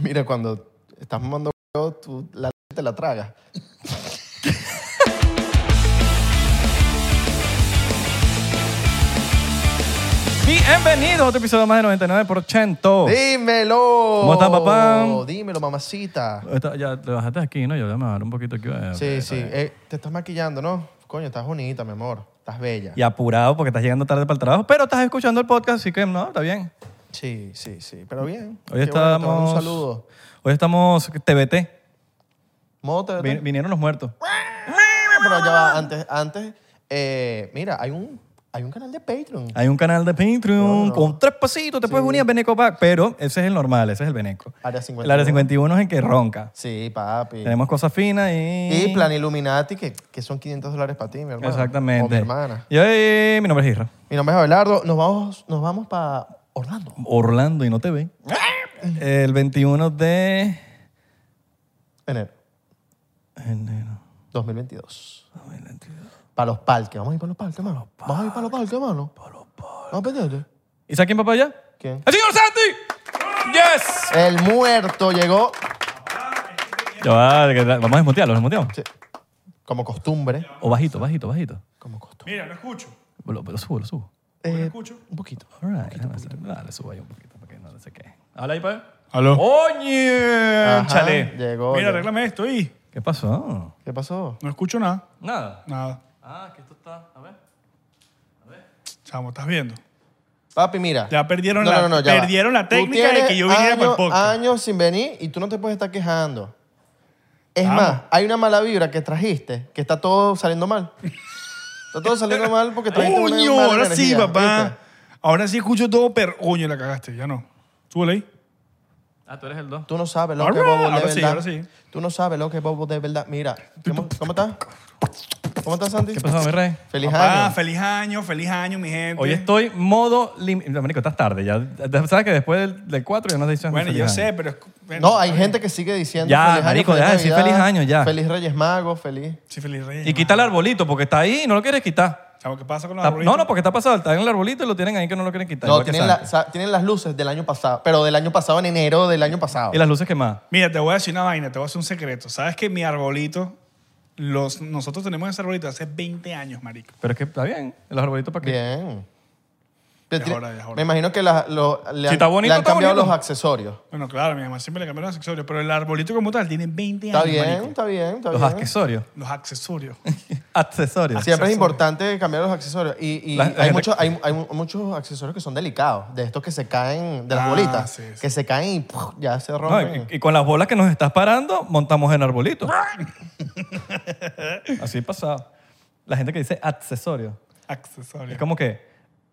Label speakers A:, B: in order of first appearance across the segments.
A: Mira, cuando estás mamando huevo, tú la te la tragas.
B: Bienvenidos a otro episodio más de 99%.
A: ¡Dímelo!
B: Oh. ¿Cómo estás, papá?
A: Dímelo, mamacita.
B: Esta- ya te bajaste aquí, ¿no? Yo voy a bajar un poquito aquí. eh,
A: Sí,
B: eh,
A: sí. Eh, te estás maquillando, ¿no? Coño, estás bonita, mi amor. Estás bella.
B: Y apurado porque estás llegando tarde para el trabajo, pero estás escuchando el podcast, así que no, está bien.
A: Sí, sí, sí. Pero bien.
B: Hoy
A: Qué bueno, te
B: estamos.
A: mando un saludo.
B: Hoy estamos TBT.
A: Modo TV.
B: Vin- vinieron los muertos.
A: Pero ya va, antes, antes, eh, mira, hay un, hay un canal de Patreon.
B: Hay un canal de Patreon
A: No, no.
B: con tres pasitos, te puedes unir a Beneco Pack, pero ese es el normal, ese es el Beneco.
A: Área
B: El área 51 es el que ronca.
A: Sí, papi.
B: Tenemos cosas finas y.
A: Y Plan Illuminati, que, que son 500 dólares para ti, mi hermano.
B: Exactamente.
A: O mi hermana.
B: Y hoy, mi nombre es Isra.
A: Mi nombre es Abelardo. Nos vamos, nos vamos para Orlando.
B: Orlando y no te ve. El 21 de
A: Enero
B: enero
A: 2022.
B: 2022.
A: Para los parques. Vamos a ir para los parques, hermano. Vamos a ir para los parques, hermano. Para los parques. ¿Vamos pendiente?
B: ¿Y sabes quién va para allá?
A: ¿Quién?
B: ¡El señor Santi! ¡Yes!
A: El muerto llegó,
B: Ya va, que la- vamos a desmontearlo, ¿lo desmonteamos?
A: Sí. como costumbre.
B: O bajito, bajito, bajito.
A: Como costumbre.
C: Mira, lo escucho.
B: Lo, lo subo, lo subo.
A: Eh,
C: escucho.
A: un poquito.
B: All right. déjame hacer- Dale, subo ahí un poquito para que no se qué. Habla ahí para ver.
C: Aló.
B: ¡Oye!
A: Ajá,
B: ¡Chale!
A: Llegó.
C: Oh, Mira,
A: llegó.
C: arréglame esto y
B: ¿Qué pasó?
A: ¿Qué pasó?
C: no escucho nada.
B: Nada.
C: Nada.
B: Ah, que esto está... A ver.
C: Chamo, estás viendo.
A: Papi, mira.
C: Ya perdieron la-
A: va.
C: perdieron la
A: Tú
C: técnica de
A: tienes
C: que yo viniera para el
A: años-
C: podcast.
A: años sin venir y tú no te puedes estar quejando. Es
C: Vamos.
A: más, hay una mala vibra que trajiste que está todo saliendo mal. Está todo saliendo mal porque trajiste una
C: ¡Coño!
A: mala
C: Ahora sí,
A: energía,
C: papá.
A: ¿viste?
C: Ahora sí escucho todo, pero. Coño, la cagaste, ya no. Súbele ahí.
B: Ah, tú eres el 2.
A: Tú no sabes lo
C: Ahora,
A: que es Bobo de
C: ahora
A: verdad.
C: sí, ahora sí.
A: Tú no sabes lo que es Bobo de verdad. Mira, ¿cómo, cómo estás? ¿Cómo estás, Santi?
B: ¿Qué pasó, mi rey?
A: Feliz
C: Papá,
A: año.
C: feliz año, feliz año, mi gente.
B: Hoy estoy modo... lim- No, Marico, estás tarde ya. Sabes que después del, del 4 ya nos dices...
C: Bueno,
B: feliz
C: yo
B: año.
C: sé, pero. es- bueno, eh,
A: No, hay
C: está bien.
A: gente que sigue diciendo
B: Ya,
A: feliz año,
B: marico,
A: feliz
B: deja de decir
A: Navidad,
B: feliz año, ya.
A: Feliz Reyes Magos, feliz.
C: Sí, feliz rey.
B: Y quita el arbolito porque está ahí y no lo quieres quitar.
C: Chamo, ¿qué pasa con los
B: Está-
C: arbolitos?
B: no, no, porque está pasado. Está en el arbolito y lo tienen ahí que no lo quieren quitar.
A: No,
B: igual que
A: tienen, la-
B: Santa.
A: sa- tienen las luces del año pasado, pero del año pasado, en enero del año pasado.
B: Y las luces quemadas.
C: Mira, te voy a decir una vaina, te voy a hacer un secreto. ¿Sabes que mi arbolito. Los, nosotros tenemos ese arbolito hace 20 años, marico.
B: Pero es que está bien. Los arbolitos para qué.
A: Bien. Pero
C: Ya
A: tiene-
C: ahora, ya ahora.
A: Me imagino que la- lo- le,
B: Si
A: han,
B: está bonito,
A: le han
B: está
A: cambiado
B: bonito.
A: los accesorios.
C: Bueno, claro, mi mamá siempre le cambiaron los accesorios, pero el arbolito como tal tiene 20
A: Está
C: años.
A: bien,
C: marico.
A: está bien, está
B: Los
A: bien.
B: accesorios.
C: Los accesorios.
B: accesorios.
A: Siempre es importante cambiar los accesorios. Y, y
B: La- la
A: hay,
B: gente-
A: muchos, hay, hay mu- muchos accesorios que son delicados, de estos que se caen, de las
C: Ah,
A: bolitas,
C: sí, sí.
A: que se caen y ¡puf! ya se
B: No,
A: rompen.
B: y, y con las bolas que nos estás parando, montamos el arbolito. Así pasado. La gente que dice accesorio.
C: Accesorios.
B: Es como que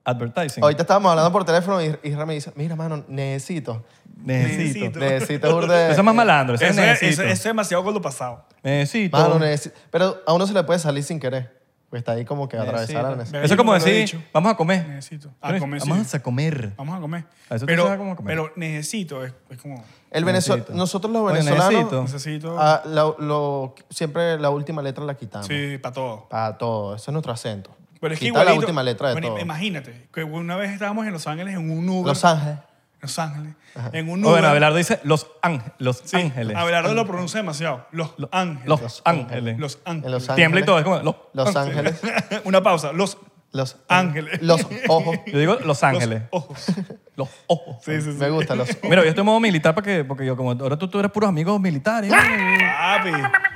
B: advertising.
A: Ahorita estábamos hablando por teléfono y Isra me dice, mira, mano, necesito,
B: necesito.
C: necesito.
A: necesito burde...
B: Eso es más malandro. Eso, es
C: Eso es,
B: necesito.
C: eso- eso es demasiado con lo pasado.
B: necesito.
A: Mano, necesi- Pero a uno se le puede salir sin querer, porque está ahí como que atravesar a la necesidad.
B: Necesito.
C: necesidad.
B: Eso es como
C: Yo no lo he
B: decir,
C: dicho.
B: vamos a comer.
C: Necesito. A
B: Pero
C: comer,
B: vamos
C: sí.
B: a comer.
C: Vamos a comer.
B: A eso te
C: pero,
B: sabe cómo comer.
C: pero necesito, es, es como.
A: El venezol-
B: Necesito.
A: Nosotros los
B: Oye,
A: venezolanos...
B: necesito.
C: Necesito.
A: Ah, la- lo- siempre la última letra la quitamos.
C: sí, para todo.
A: Para todo. Ese es nuestro acento.
C: Pero es que
A: Quita
C: igualito,
A: la última letra de
C: bueno,
A: todo.
C: Imagínate, que una vez estábamos en Los Ángeles en un Uber.
A: Los Ángeles.
C: Los Ángeles. En un
B: O
C: Uber.
B: Oh, bueno, Abelardo dice los, ángel- los
C: Sí,
B: ángeles.
C: Abelardo lo pronuncia demasiado. Los Ángeles.
B: Los,
A: Los
B: ángeles.
C: Los
A: En Los
C: Ángeles.
B: Tiembla y
A: Ángeles.
B: todo. Es como los,
A: Los Ángeles.
C: una pausa. Los
A: Los
C: Ángeles.
A: Los ojos.
B: Yo digo los ángeles.
C: los ojos.
B: Los ojos.
C: Sí, sí, sí.
A: Me gusta los ojos.
B: Mira, yo estoy en modo militar porque, porque yo como ahora tú, tú eres puros amigos militares.
C: ¡Ah! Papi.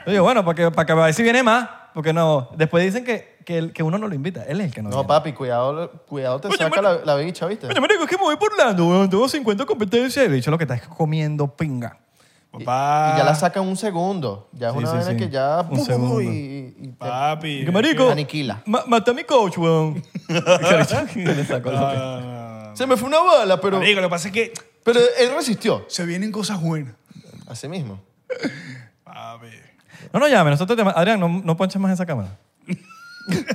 B: Yo digo, bueno, para que, para que a ver si viene más. Porque no, después dicen que, que, el- que uno no lo invita. Él es el que no
A: No,
B: viene.
A: papi, cuidado, cuidado te saca la, la bicha, ¿viste?
B: Oye, marico, es que me voy por Lando, weón. Tengo 50 competencias. El bicho lo que está es comiendo pinga.
C: Papá.
A: Y ya la saca en un segundo. Ya es
B: ah. Sí,
A: una
B: sí,
A: vaina
B: sí.
A: que ya...
B: Un
A: ¡pum!
B: segundo.
A: Y, y- y te-
C: Papi.
B: Que marico.
A: Aniquila.
B: ma- maté a mi coach, weón. Le sacó la pinga.
C: Ah,
A: Se me fue una bala, pero,
C: marico, lo que pasa es que
A: pero él resistió.
C: se vienen cosas buenas.
A: Así mismo.
C: Papi.
B: No nos llames, nosotros te Adrián, no, no ponches más esa cámara.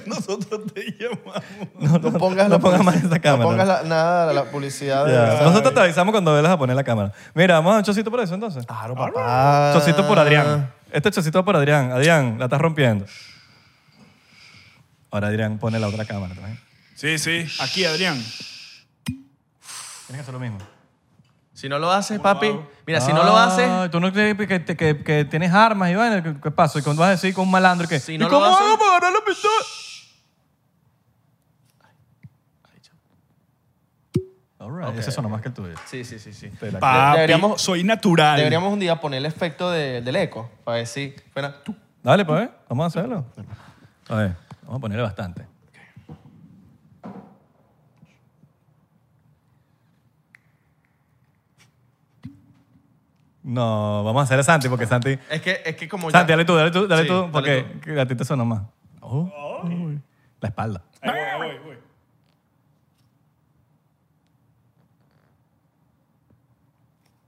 C: Nosotros te llamamos.
B: No,
A: No pongas,
B: no
A: la
B: pongas más
A: publici-
B: esa cámara.
A: pues. No pongas la- nada la publicidad. de-
B: Ya. Nosotros te avisamos cuando vuelvas a poner la cámara. Mira, vamos a dar un chocito por eso entonces.
A: Claro, papá.
B: Chocito por Adrián. Este chocito va por Adrián. Adrián, la estás rompiendo. Ahora Adrián pone la otra cámara también.
C: Sí, sí. Aquí, Adrián.
B: Tienes que hacer lo mismo.
A: Si no lo haces, papi,
C: hago?
A: mira, si no lo haces,
B: Ah, Tú no crees que, que- que- que tienes armas y vaina, ¿qué, qué pasa? Y cuando vas a decir con un malandro que.
A: Si
B: ¿Y
A: no lo
B: cómo
A: hacen-
B: hago para agarrar la pistola? All right. Ese sonó más que el tuyo.
A: sí, sí, sí, sí.
B: Te la-
C: Papi,
A: deberíamos-
C: soy natural.
A: Deberíamos un día poner el efecto de- del eco para decir, bueno, tú.
B: Dale, pues, ver. vamos a hacerlo. A ver, vamos a ponerle bastante. No, vamos a hacer a Santi porque Santi.
A: Es que, es que como ya-
B: Santi, dale tú, dale tú, dale
A: Sí,
B: tú,
A: dale
B: porque
A: tú.
B: que a ti te suena más. Oh. Uy. La espalda.
C: Ahí voy, ahí voy, ahí voy.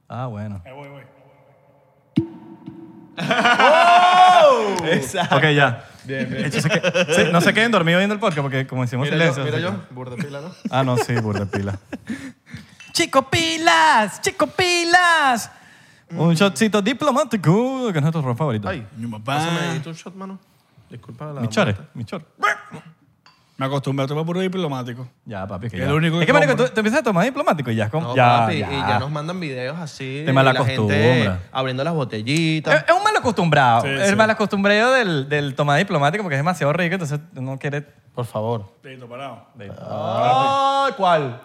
B: Ah, bueno.
C: Ahí voy, ahí voy.
A: Exacto.
B: Ok, ya. ¡Oh! Entonces, que- sí, no se queden dormidos viendo el podcast porque como hicimos
A: Mira
B: silencio.
A: yo, mira
B: así que-
A: yo, burda pila, ¿no?
B: Ah, no, sí, burda pila. ¡Chico pilas! ¡Chico pilas! Un shotcito diplomático, que es nuestro ron favorito.
A: Ay,
C: Mi papá.
A: pásame ahí tu shot, mano. Disculpa la...
B: Michores, michor.
C: Me acostumbré a tomar puro diplomático.
B: Ya, papi, es que
C: Es
B: ya.
C: lo único que
B: es que, marico,
C: compro.
B: tú, tú empiezas a tomar diplomático y ya es como...
A: No,
B: ya,
A: papi,
B: ya.
A: y ya nos mandan videos así.
B: Te
A: de la
B: malacostumbra.
A: gente abriendo las botellitas.
B: Es, es un mal acostumbrado.
C: Sí,
B: es
C: sí.
B: el mal acostumbrado del, del tomar diplomático porque es demasiado rico, entonces no quiere...
A: Por favor.
C: Dedito parado.
A: Ah, ¿Cuál?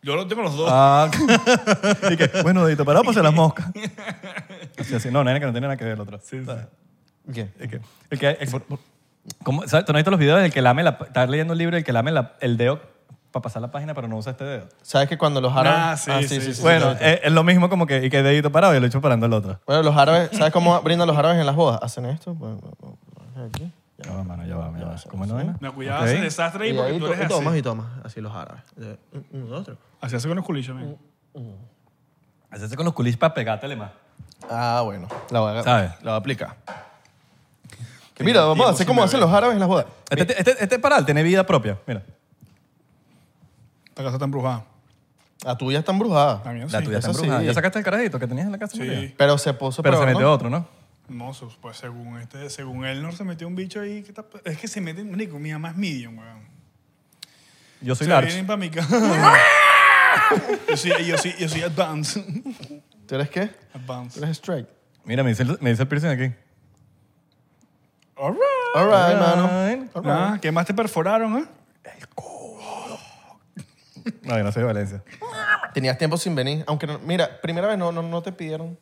C: Yo lo tengo los dos.
B: Ah. y que, bueno, dedito parado, pues se las moscas. Así, así. No, nena, que no tiene nada que ver el otro. Sí, sí.
A: ¿Qué?
B: El que, el que- el- ¿Cómo? ¿Sabes? ¿Tú no has visto los videos del que lame la... Estás leyendo un libro y el que lame la- el dedo para pasar la página, pero no usa este dedo.
A: ¿Sabes que cuando los árabes...
C: Ah, sí, sí, sí.
B: Bueno, eh,
A: claro.
B: es, es lo mismo como que... Y que dedito parado y lo echo parando el otro.
A: Bueno, los árabes... ¿Sabes cómo brindan los árabes en las bodas? Hacen esto. pues, bueno, bueno, Aquí.
B: Ya va, mano, ya va, ya va. ¿Cómo es la vaina?
C: Me cuidaba
B: Ok.
C: ese desastre ahí
A: Y
C: porque
A: ahí
C: tú
A: to-
C: eres
A: y tomas
C: así.
A: y tomas. Así los árabes. De- un- Uno, dos, tres.
C: Así hace con los culillos, men.
B: Hacerse con los culis para pegártele más.
A: Ah, bueno. La voy a,
B: ¿Sabes?
A: La voy a aplicar. Que mira, vamos a hacer
C: sin
A: como hacen los árabes en las bodas.
B: Este, este, este paral tiene vida propia, mira.
C: Esta casa está embrujada.
A: La tuya está embrujada.
C: También
B: La
C: sí.
B: tuya está
A: eso
B: embrujada.
A: sí.
B: ¿Ya sacaste el carajito que tenías en la casa?
C: Sí.
B: María?
A: Pero se puso
B: Pero se
A: peor,
B: metió
A: ¿no?
B: otro, ¿no?
C: No, su- pues según este, según Elnor se metió un bicho ahí. Que está, es que se meten, Nico, mi mamá es medium, weón.
B: Yo soy
C: se
B: large.
C: vienen para mi casa. yo, soy, yo, soy, yo soy advanced.
A: ¿Tú eres qué? ¿Tú
C: Advanced.
A: eres straight?
B: Mira, me dice, el, me dice el piercing aquí.
C: All right.
A: All right, mano.
B: Alright.
A: All right.
C: Ah, ¿Qué más te perforaron, eh?
B: No, yo no soy de Valencia.
C: Ah.
A: Tenías tiempo sin venir. Aunque, no- mira, primera vez no, no, no te pidieron.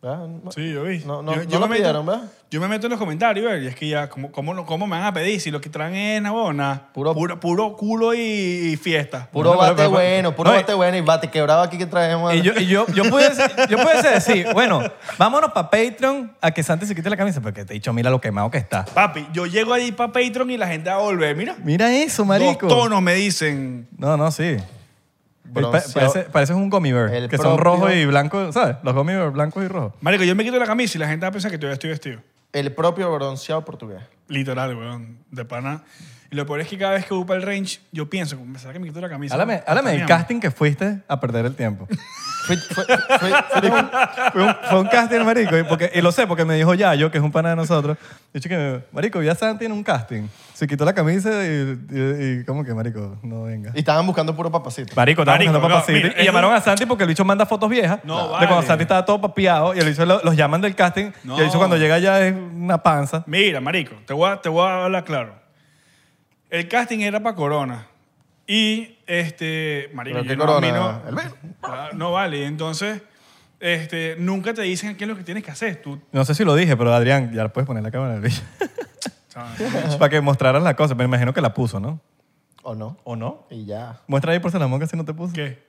A: ¿verdad? No-
C: Sí, yo vi.
A: No, no,
C: yo,
A: no
C: yo
A: lo
C: me
A: pidieron,
C: meto,
A: ¿verdad?
C: Yo me meto en los comentarios, ¿verdad? y es que ya, ¿cómo, cómo, no- cómo me van a pedir si lo que traen es nabona?
A: Puro-
C: puro, puro culo y, y fiesta.
A: Puro
B: No, no,
A: bate
B: pero- pero-
A: bueno, puro
B: no, y-
A: bate bueno y bate quebrado aquí que traemos.
B: Y yo, y yo, yo, pudiese, yo pudiese decir, bueno, vámonos para Patreon a que Santi se quite la camisa, porque te he dicho, mira lo quemado que está.
C: Papi, yo llego ahí para Patreon y la gente va a volver, mira.
B: Mira eso, marico.
C: Dos tonos me dicen.
B: No, no, sí. Pa-
A: Bronceado.
B: parece, pareces un gummy bear,
A: El
B: que son
A: propio-
B: rojos y blancos, ¿sabes? Los gummy bear blancos y rojos.
C: Marico, yo me quito la camisa y la gente va a pensar que todavía estoy vestido.
A: El propio bronceado portugués.
C: Literal, weón. De pana. Y lo peor es que cada vez que ocupa el range, yo pienso, como, ¿será que me quito la camisa?
B: Háblame, háblame del
C: Mierda.
B: casting que fuiste a perder el tiempo.
A: Fui- fui- fui- fui-
B: fue, un, fue un casting, marico. Y, porque, y lo sé porque me dijo Yayo, que es un pana de nosotros. Dicho que, marico, vi a Santi en un casting. Se quitó la camisa y, y, y como que, marico, no venga.
A: y estaban buscando puro papacito.
B: Marico, estaban
C: Marico,
B: buscando
C: no,
B: papacito.
C: mira,
B: y
C: es
B: llamaron
C: un-
B: a Santi porque el bicho manda fotos viejas.
C: No,
B: de
C: vale.
B: cuando Santi estaba todo papiado. Y el bicho lo- los llaman del casting. Y
C: No.
B: el bicho cuando llega ya es una panza.
C: Mira, marico, te voy, a, te voy a hablar claro. El casting era para Corona. Y, este, marico,
A: ¿Pero qué
C: yo no, a mí
A: Corona?
C: no-
A: ¿El vino?
C: Ah, no vale. Entonces, este, nunca te dicen qué es lo que tienes que hacer. Tú,
B: No sé si lo dije, pero Adrián, ya puedes poner la cámara del bicho.
C: ¿sabes?
B: Para que mostraran la cosa. Me imagino que la puso, ¿no?
A: ¿O no?
B: ¿O no?
A: Y ya.
B: Muestra ahí por Salamonca si no te puso.
C: ¿Qué?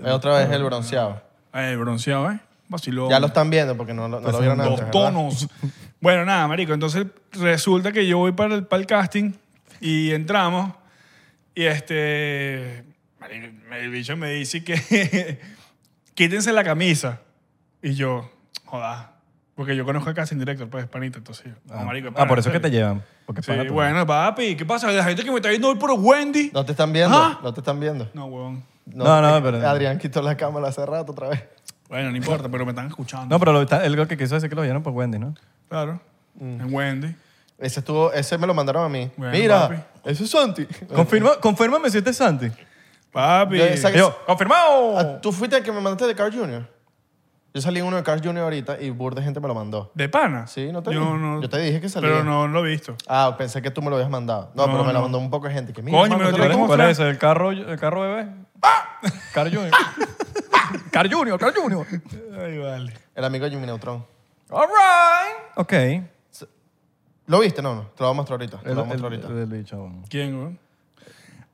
A: Es otra vez el bronceado.
C: Eh, bronceado, ¿eh? Vacilón.
A: Ya lo están viendo porque no, lo- no lo
B: Pues
A: vieron
B: son
A: antes.
C: Dos
A: ¿verdad?
C: tonos. Bueno, nada, marico. Entonces resulta que yo voy para el, para el casting y entramos y este... marico, el bicho me dice que quítense la camisa. Y yo, joda. Porque yo conozco al casting director, pues, panita. Entonces, yo, no,
B: Ah,
C: marico,
B: ah,
C: pana,
B: por eso es
C: en
B: que te
C: serio.
B: llevan. Porque
C: Sí,
B: pana tú.
C: bueno, papi, ¿qué pasa? La gente que me está viendo hoy por Wendy.
A: No te están viendo.
C: ¿Ah?
A: No te están viendo.
C: No, huevón.
B: No, no,
A: eh,
B: pero-
A: Adrián quitó la cámara hace rato otra vez.
C: Bueno, no importa, pero me están escuchando.
B: No, pero lo, está- él lo que quiso decir que lo vieron por Wendy, ¿no?
C: Claro.
B: Mm.
C: En Wendy.
A: Ese estuvo, ese me lo mandaron a mí.
C: Bueno,
A: Mira,
C: papi.
A: ese es Santi.
B: Confirma, confírmame si este es Santi.
C: Papi.
A: Yo saqué-
B: Yo, confirmado.
A: Ah, ¿Tú fuiste el que me mandaste de Carl Jr.? Yo salí en uno de Carl Jr. ahorita y burda de gente me lo mandó.
C: ¿De pana?
A: Sí, no te
C: yo,
A: dije.
C: no,
A: Yo te dije que salía.
C: Pero no lo he visto.
A: Ah, pensé que tú me lo habías mandado. No,
C: No,
A: pero me lo
C: no.
A: mandó un poco de gente. Que, mira,
C: Coño,
A: mano,
C: me lo
A: ¿tú
B: ¿Cuál
A: eres
B: es,
C: tengo
B: cuál
C: Fran.
B: es ese? ¿El carro, el carro bebé? Car Junior. Car Junior, Car Junior.
C: Ay, vale.
A: El amigo de Jimmy Neutron.
B: All right. Ok. El,
A: ¿Lo viste? No, no. Te lo voy a mostrar ahorita. Te lo voy a
B: el-
A: mostrar ahorita.
B: el bicho, bueno.
C: ¿Quién, güey?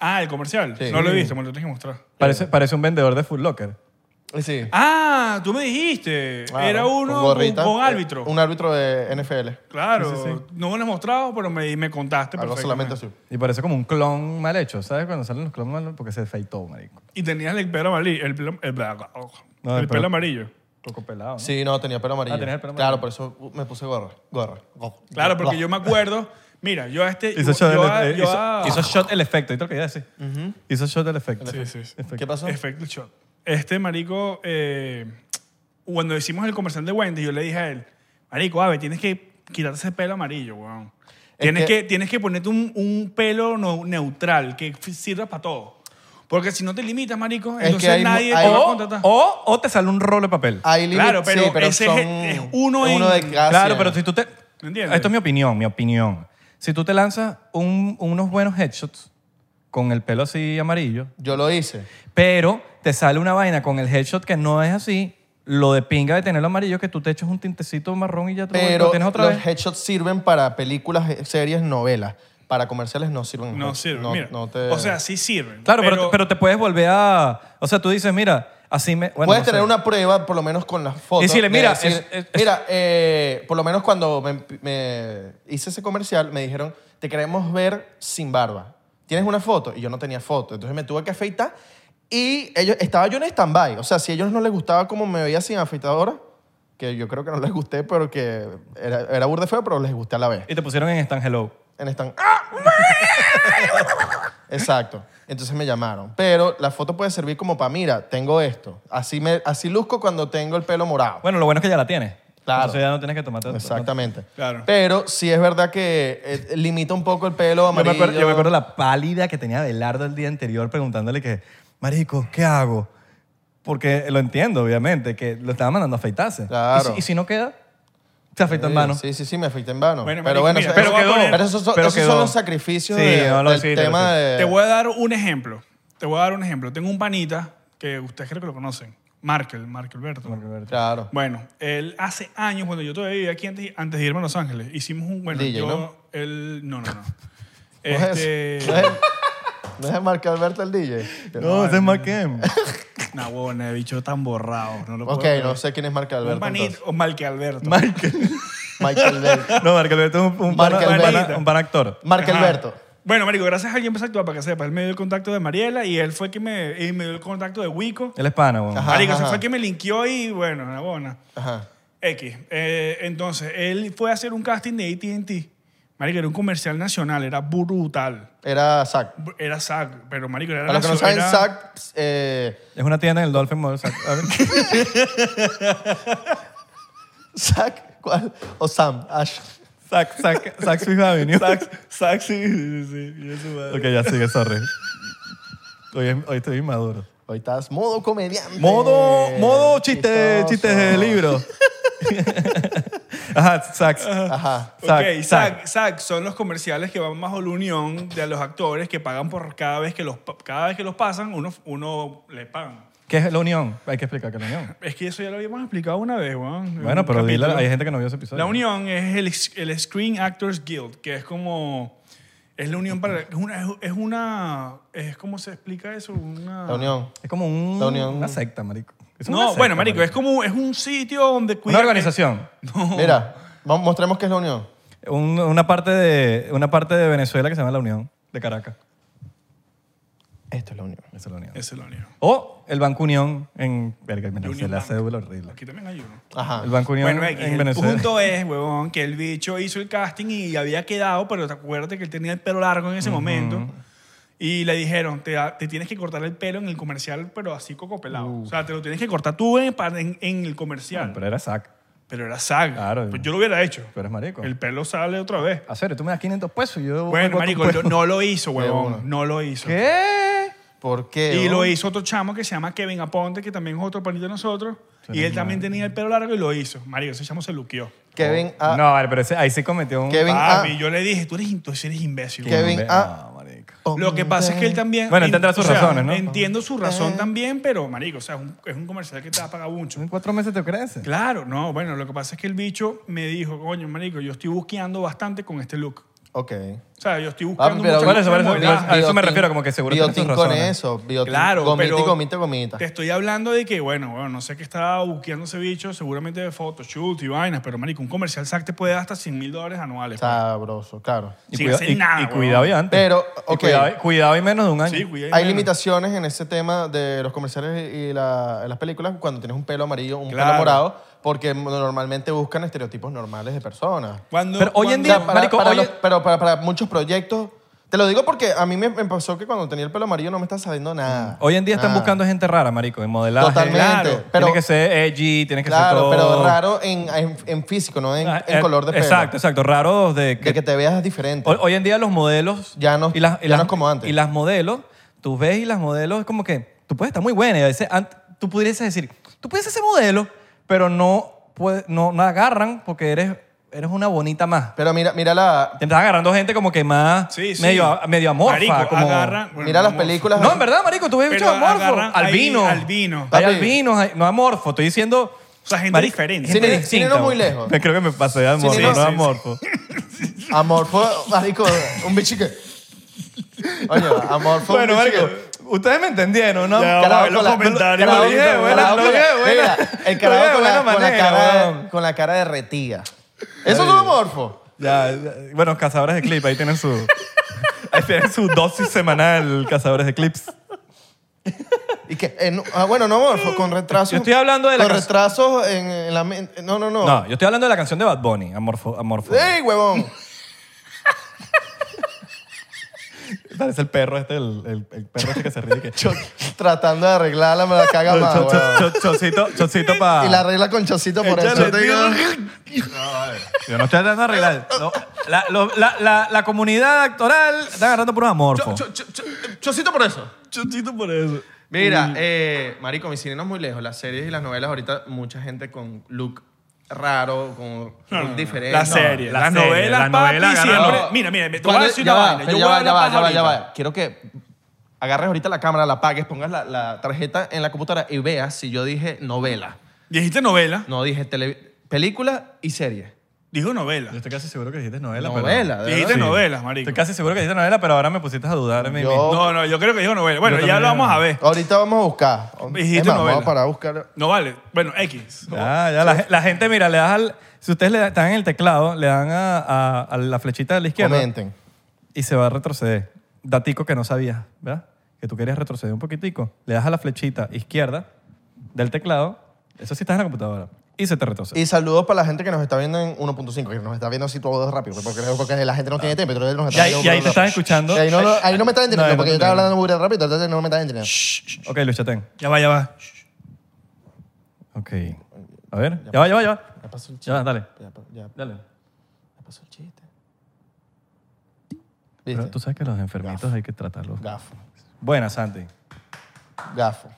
C: Ah, el comercial.
A: Sí.
C: No lo he visto, me lo tienes que mostrar.
B: Parece, parece un vendedor de Foot Locker.
A: Eh, Sí.
C: Ah, tú me dijiste.
A: Claro,
C: Ah, Era uno con,
A: gorrita,
C: con
A: eh,
C: árbitro.
A: Un árbitro de NFL.
C: Claro.
B: Sí, sí, sí.
C: No me lo has mostrado, pero me, me contaste.
A: Algo
C: perfectamente.
A: solamente así.
B: Y parece como un clon mal hecho. ¿Sabes cuando salen los clones mal Porque se feitó, marico.
C: Y tenías el pelo amarillo. El pelo, el,
B: No,
C: el
B: el
C: pelo
B: pelo-
C: amarillo.
B: Poco pelado. ¿no?
A: Sí, no, tenía pelo amarillo.
B: Ah, tenías el pelo
A: Claro, por eso uh, me puse gorra. Gorra. Go-
C: Claro,
A: go-
C: porque
A: go.
C: yo me acuerdo. Mira, yo a este.
B: Hizo,
C: Yo,
B: shot,
C: yo
B: el,
C: a-
B: eh,
C: yo
B: hizo-
C: a-
B: hizo shot el efecto. ¿Y lo quería decir? Hizo shot el efecto.
C: Sí, sí, sí.
B: Efecto.
A: ¿Qué pasó?
C: Efecto shot. Este marico, eh, cuando hicimos el comercial de Wendy, yo le dije a él, marico, ave, tienes que quitarte ese pelo amarillo, weón.
A: Es
C: Tienes que,
A: que-
C: tienes que ponerte un, un pelo no- neutral que f- sirva para todo. Porque si no te limitas, marico,
A: Es
C: entonces
A: que hay mu- oh,
C: nadie
A: hay-
C: te va a
B: O,
C: contratar.
B: o, o te sale un rollo de papel.
A: Hay límites,
C: Claro, pero
A: sí,
C: ese es-
A: son-
C: es uno en-
A: de cada
B: Claro,
A: cien.
B: pero si tú te...
C: ¿Me entiendes?
B: Esto es mi opinión, mi opinión. Si tú te lanzas un- unos buenos headshots con el pelo así amarillo,
A: Yo lo hice.
B: pero te sale una vaina con el headshot que no es así, lo de pinga de tenerlo amarillo que tú te echas un tintecito marrón y ya te lo
A: Pero
B: tienes otra
A: los
B: vez.
A: headshots sirven para películas, eh, series, novelas. Para comerciales no sirven.
C: No
A: headshots.
C: sirve,
A: No-
C: mira.
A: no te-
C: O sea, sí sirven.
B: Claro, pero, pero, te puedes volver a... O sea, tú dices, mira, así me... bueno,
A: Puedes
B: no sé.
A: tener una prueba, por lo menos con las fotos.
B: Y si le
A: de
B: mira, es- es-
A: mira, eh, por lo menos cuando me, me hice ese comercial, me dijeron, te queremos ver sin barba. ¿Tienes una foto? Y yo no tenía foto. Entonces me tuve que afeitar y ellos, estaba yo en stand-by. O sea, si a ellos no les gustaba cómo me veía sin afeitadora, que yo creo que no les gusté, pero que era, era burde feo, pero les gusté a la vez.
B: Y te pusieron en Stan Hello.
A: En stand Exacto. Entonces me llamaron. Pero la foto puede servir como para, mira, tengo esto. Así, me, así luzco cuando tengo el pelo morado.
B: Bueno, lo bueno es que ya la tienes.
A: Claro.
B: Entonces ya no tienes que tomarte...
A: Exactamente.
C: Claro.
A: Pero sí es verdad que eh, limita un poco el pelo
B: Yo me,
A: amarillo.
B: acuerdo, yo me acuerdo la pálida que tenía Adelardo el día anterior preguntándole que, marico, ¿qué hago? Porque lo entiendo, obviamente, que lo estaban mandando a afeitarse.
A: Claro.
B: Y si, y si no queda, se afeita en mano.
A: Sí, sí, sí, me afeité en vano.
C: Bueno,
A: pero
C: marico,
A: bueno,
C: mira,
A: eso-
C: pero
A: eso-
C: quedó,
A: pero esos son,
B: pero
A: esos son
B: quedó.
A: los sacrificios
B: Sí,
A: de-
B: no, lo-
A: del
B: sí, lo-
A: tema
B: sí.
A: de...
C: Te voy a dar un ejemplo. Te voy a dar un ejemplo. Tengo un panita que ustedes creo que lo conocen. Markel, Markel Berto.
A: Claro.
C: Bueno, él hace años, cuando yo todavía vivía aquí antes, antes de irme a Los Ángeles, hicimos un. Bueno,
A: DJ,
C: yo.
A: ¿no?
C: él- no, no, no.
A: No es-
C: este.
A: no es- No es Marco Alberto el DJ.
B: No, ese es Mark Kemp.
C: Nah, huevón, el bicho tan borrado. No lo puedo
A: Ok,
C: creer.
A: no sé quién es Marco
C: Un
A: Alberto.
C: panito,
A: entonces.
C: o Marque Alberto.
B: Mark-
A: Michael Alberto.
B: No, Mark Alberto es un,
A: Mark
B: un, pana- un pana-
C: Alberto.
B: un pana actor.
A: Marco
C: Ajá.
A: Alberto.
C: Bueno, Marico, gracias a alguien empezó a actuar para que sepa. Él me dio el contacto de Mariela y él fue que me, y me dio el contacto de Wico.
B: Él es pana, weón.
A: Ajá.
C: Marico, se fue que me linkeó y bueno, una buena.
A: Ajá.
C: X. Eh, entonces, él fue a hacer un casting de ATT. Marico, era un comercial nacional, era brutal.
A: Era Zack.
C: Era SAC, pero Marico era
A: Para los que no
C: nacio-
A: saben,
C: era-
A: Zack eh,
B: Es una tienda en el Dolphin Mall. o sea, a ver.
A: Zack, ¿cuál? O Sam, Ash.
B: Saks Saks- Saks Fifth Avenue.
C: Sac, sac, sí, sí, sí, sí, eso, madre.
B: Ok, ya sigue, sorry. Hoy, es- hoy estoy inmaduro.
A: Hoy estás modo comediante.
B: Modo, modo chiste,
A: Chistoso.
B: chistes de libro. Ajá, sax.
A: Ajá.
B: Sac, sac.
C: Ok, sac, sac son los comerciales que van bajo la unión de los actores que pagan por cada vez que los, pa- cada vez que los pasan, uno, uno le pagan.
B: ¿Qué es la unión? Hay que explicar qué es la unión.
C: Es que eso ya lo habíamos explicado una vez, weón. en
B: Bueno,
C: un
B: pero dile,
C: capítulo.
B: hay gente que no vio ese episodio.
C: La unión es el, el Screen Actors Guild, que es como... Es la unión para... Es una... Es, una, es ¿Cómo se explica eso? Una,
A: La unión.
B: Es como un,
A: La unión.
B: una secta, marico. Es
C: No,
B: una secta,
C: bueno, marico, es como... Es un sitio donde
B: Una
C: cuidan...
B: organización.
A: Mira, vamos- mostremos qué es la unión.
B: Un- una, parte de, una parte de Venezuela que se llama la unión de Caracas.
A: Esto es la unión.
B: Esa es la unión.
C: Esa es la unión.
B: O el Banco Unión en... Verga, en
C: Union
B: Venezuela,
C: Bank.
B: cédula horrible.
C: Aquí también hay uno.
A: Ajá.
B: El Banco Unión
C: Ah. Bueno, X,
B: en
C: el
B: Venezuela.
C: punto es, huevón, que el bicho hizo el casting y había quedado, pero te acuérdate que él tenía el pelo largo en ese momento. Y le dijeron, te, te tienes que cortar el pelo en el comercial, pero así cocopelado. O sea, te lo tienes que cortar tú en, para- en- en el comercial. pero,
B: Pero era sac.
C: era saga.
B: Claro.
C: Pues yo lo hubiera hecho.
B: Pero eres marico.
C: El pelo sale otra vez.
B: Acero, tú me das 500 pesos y yo...
C: Bueno,
B: voy a-
C: marico, lo- no lo hizo,
A: una.
C: huevón. No lo hizo.
B: ¿Qué?
A: Porque.
C: Y lo
A: oh,
C: hizo otro chamo que se llama Kevin Aponte, que también es otro panito de nosotros. Y él también tenía el pelo largo y lo hizo. Marico, ese chamo se luqueó.
A: Kevin A.
B: No, vale, pero ese- ahí sí cometió un...
A: Ah. Kevin ah. A.
C: Papi, yo le dije, tú eres, in- tú eres imbécil.
A: Kevin ah. A.
B: No, marico.
C: Lo que pasa es que él también...
B: Bueno,
C: en-
B: tendrá sus
C: o sea,
B: razones, ¿no?
C: Entiendo su razón
A: Eh.
C: también, pero, marico, o sea, es un, es un comercial que te va a pagar mucho.
B: En cuatro meses te crece.
C: Claro, no, bueno, lo que pasa es que el bicho me dijo, coño, marico, yo estoy busqueando bastante con este look.
A: Ok.
C: O sea, yo estoy
A: Ah,
C: buscando
A: pero
C: mucho
B: Por eso,
C: look
B: por eso,
C: de
B: digo,
C: modelaje.
B: a eso me
A: Biotin-
B: refiero, como que seguro tiene sus
A: Biotin con
B: razones.
A: eso. Biotin,
C: Claro,
A: gomita
C: pero
A: y gomita, y gomita.
C: Te estoy hablando de que, bueno, bueno, no sé qué estaba busqueando ese bicho, seguramente de photoshoot y vainas, pero marico, un comercial SAC te puede dar hasta 100 mil dólares anuales. pues,
A: Sabroso, claro.
B: Y,
C: Sin
B: cuida-
C: hacer
B: y-
C: nada,
B: y
C: weón.
B: cuidado y antes.
A: Pero,
B: Y
A: ok.
B: cuidado, y- cuidado y menos de un año.
C: Sí, güey.
A: Hay
C: bueno.
A: limitaciones en ese tema de los comerciales y la- las películas cuando tienes un pelo amarillo, un
C: Claro.
A: pelo morado, porque normalmente buscan estereotipos normales de personas.
C: Cuando,
B: Pero hoy en
A: O
C: cuando-
A: sea,
B: día-
A: para,
B: marico,
A: para
B: oye-
A: los- pero para, para muchos proyectos. Te lo digo porque a mí me, me pasó que cuando tenía el pelo amarillo no me está saliendo nada.
B: Hoy en día están
A: Nada.
B: buscando gente rara, marico, en modelaje.
A: Ah. Totalmente.
C: claro.
A: Pero,
B: tiene que ser edgy, tiene que ser
A: claro,
B: todo...
A: pero raro en, en- en físico, no en,
B: Ah,
A: en
B: eh,
A: color de pelo.
B: Exacto, exacto. Raro de que...
A: De que te veas diferente.
B: Hoy, hoy en día los modelos...
A: Ya no- ya no es como antes.
B: Y las modelos, tú ves y las modelos es como que... Tú puedes estar muy buena y a veces ant- tú pudieses decir, tú puedes ser modelo, pero no, puede- no, no agarran porque eres, eres una bonita más.
A: Pero mira, mira la.
B: Te estás agarrando gente como que más
C: Sí, sí.
B: medio, medio amorfa.
C: Marico,
B: como...
C: agarran- bueno,
A: mira las
C: amorfa.
A: películas.
B: No, en verdad, marico, tú ves
C: Pero
B: mucho amorfo.
C: agarran ahí
B: Albino.
C: albino.
B: Hay
A: Papi.
B: albinos, hay- no amorfo. Estoy diciendo...
C: O sea, gente diferente.
A: Sin ir- sin
B: distinta,
A: irnos muy
B: güey.
A: lejos.
B: Creo que me pasé de amorfo,
A: Sin
B: no
A: irnos-
B: amorfo.
A: Amorfo, marico, un bicho que. Oye, amorfo. un
B: Bueno,
A: bicho que-
B: marico, ustedes me entendieron, ¿no?
C: Ya,
A: Carajo
C: vamos a ver los
A: con la-
C: comentarios,
A: carajo-
C: marico.
A: carajo con
B: Buena,
A: la-
B: lo dije, buena.
A: Mira, el carajo
B: Lo dije,
A: con, la,
B: buena
A: con la
B: manera,
A: cara,
B: weón.
A: con la cara de retía. Eso es un amorfo.
B: Ya, ya, bueno, cazadores de clips, ahí tienen su... ahí tienen su dosis semanal, cazadores de clips.
A: Y que, eh, no- ah, bueno, no amorfo, con retrasos.
B: Yo estoy hablando de la
A: Con
B: cas-
A: retrasos en, en la mente. No, no, no.
B: No, yo estoy hablando de la canción de Bad Bunny, amorfo. amorfo.
A: ¡Ey, huevón!
B: Parece el perro este, el, el- el perro este que se ríe. y Que...
A: Yo tratando de arreglarla, me la caga
B: Cho-
A: más,
B: cho-
A: huevón.
B: cho- chocito, chocito pa...
A: Y la arregla con chocito por
B: Échale,
A: eso. Yo te digo-
B: Yo no estoy tratando de arreglar. No, la, lo- la, la, la comunidad actoral está agarrando por un amorfo.
A: Cho- cho- cho- Chocito por eso.
C: Chutito por eso.
A: Mira, eh, marico, mi cine no es muy lejos. Las series y las novelas ahorita mucha gente con look raro, con look diferente.
C: La serie,
B: la
C: las
B: serie,
C: novelas,
B: la
C: papi,
B: novela agarra-
C: siempre.
A: Ah, No.
C: Mira, mira, te voy a
A: Cuando-
C: decir
A: ya
C: una
A: va,
C: vaina.
A: pero
C: Yo
A: ya
C: voy a
A: va, ya
C: hablar
A: va,
C: paja
A: ya va, ya
C: ahorita.
A: va. Quiero que agarres ahorita la cámara, la apagues, pongas la, la tarjeta en la computadora y veas si yo dije novela.
C: Dijiste novela.
A: No dije tele- película y serie.
C: Dijo novela.
B: Yo estoy casi seguro que dijiste novela. pero-
A: novela, de
C: Dijiste
A: verdad.
C: novelas, marico.
B: Estoy casi seguro que dijiste novela, pero ahora me pusiste a dudar. mi-
A: Yo-
B: mi-
C: No, no, yo creo que dijo novela. Bueno,
B: Yo
C: ya lo
B: también.
C: vamos a ver.
A: Ahorita vamos a buscar.
C: Dijiste
A: Es más,
C: novela.
A: Vamos a parar a buscar.
C: No vale. Bueno, X.
B: Ya, ya, la, la gente, mira, le das al... Si ustedes le dan- están en el teclado, le dan a, a- a la flechita de la izquierda
A: Comenten.
B: y se va a retroceder. Datico que no sabías, ¿verdad? Que tú querías retroceder un poquitico. Le das a la flechita izquierda del teclado. Eso sí estás en la computadora. Y se te retrocede.
A: Y saludos para la gente que nos está viendo en 1.5, que nos está viendo así todos rápido, porque, porque la gente no tiene tiempo, pero nos
B: Y
A: está
B: ahí,
A: viendo
B: y ahí te
A: rápido.
B: estás escuchando.
A: Y ahí, no, lo- ahí no me están entendiendo,
B: No, no
A: porque
B: te
A: yo estaba
B: entiendo.
A: hablando muy rápido, entonces no me están entendiendo.
B: Ok, Luchatén.
C: Ya va, ya va.
B: Ok. A ver. Ya va, ya va, ya va.
A: Ya pasó el chiste.
B: Ya va, dale.
A: Ya, pa- ya-
B: Dale.
A: ya pasó el chiste.
B: Pero
A: ¿Viste?
B: tú sabes que los enfermitos hay que tratarlos.
A: Gafo.
B: Buena, Santi.
A: Gafo.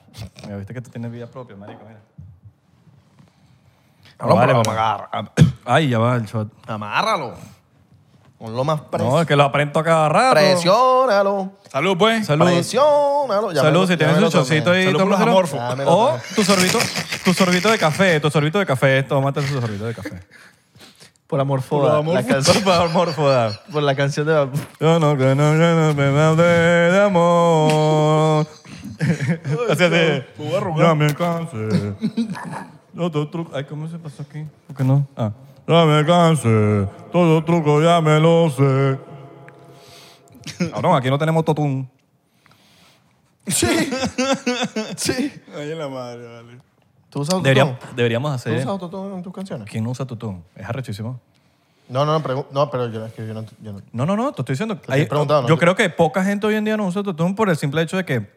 B: Mira, viste que tú tienes vida propia, marico, mira.
A: Habla
B: Vale,
A: por-
B: vamos.
A: agarra-
B: Ay, ya va el shot.
A: Amárralo. Con lo más preso.
B: No, es que lo aprendo a cada rato.
A: Presiónalo.
C: Salud, pues.
B: Salud.
A: Presiónalo. Ya me
B: Salud,
A: lo-
B: si
A: ya
B: tienes
A: me
B: un
A: lo tomé.
B: chocito ahí,
C: Salud por los
B: tómatelo.
C: amorfos.
A: Ya me lo
B: O
A: tomé.
B: tu sorbito, tu sorbito de café, tu sorbito de café, tómate tu sorbito de café.
A: Por amor foda.
C: amor
A: la
C: foda.
A: canción-
B: Por amor, foda.
A: Por la canción de... Bad Bunny.
B: Yo no, yo no, yo no me hablé de amor. Así de.
C: me voy a arrugar.
B: Ya me cansé. Todo truco. Ay, ¿cómo se pasó aquí? ¿Por qué no? Ah. Ya me cansé. Todo truco ya me lo sé. Cabrón, aquí no tenemos totum.
A: Sí. sí.
C: Ay, la madre, vale.
A: ¿Tú usas autotune?
B: Debería- deberíamos
A: ¿Tú
B: hacer.
A: usas autotune en tus canciones?
B: ¿Quién no usa totum? Es arrechísimo.
A: No, no, no, pregu- no pero yo, es que yo no... yo no-
B: No, no, no, te estoy diciendo.
A: estoy
B: hay-
A: preguntando,
B: yo
A: ¿no?
B: creo que poca gente hoy en día no usa autotune por el simple hecho de que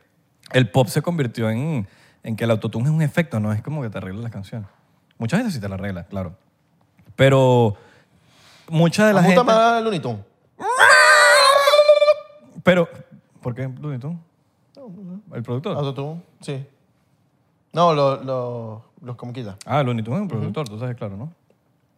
B: el pop se convirtió en, en que el autotune es un efecto, no es como que te arregla las canciones. Mucha gente sí te la arregla, claro. Pero mucha de la
A: Me gusta
B: gente.
A: más Looney Tunes.
B: Pero, ¿por qué Looney Tunes?
A: autotune.
B: ¿El productor?
A: Autotune, sí. No, lo- lo- los como quita.
B: Ah, Looney Tunes es un productor, tú sabes, claro, ¿no?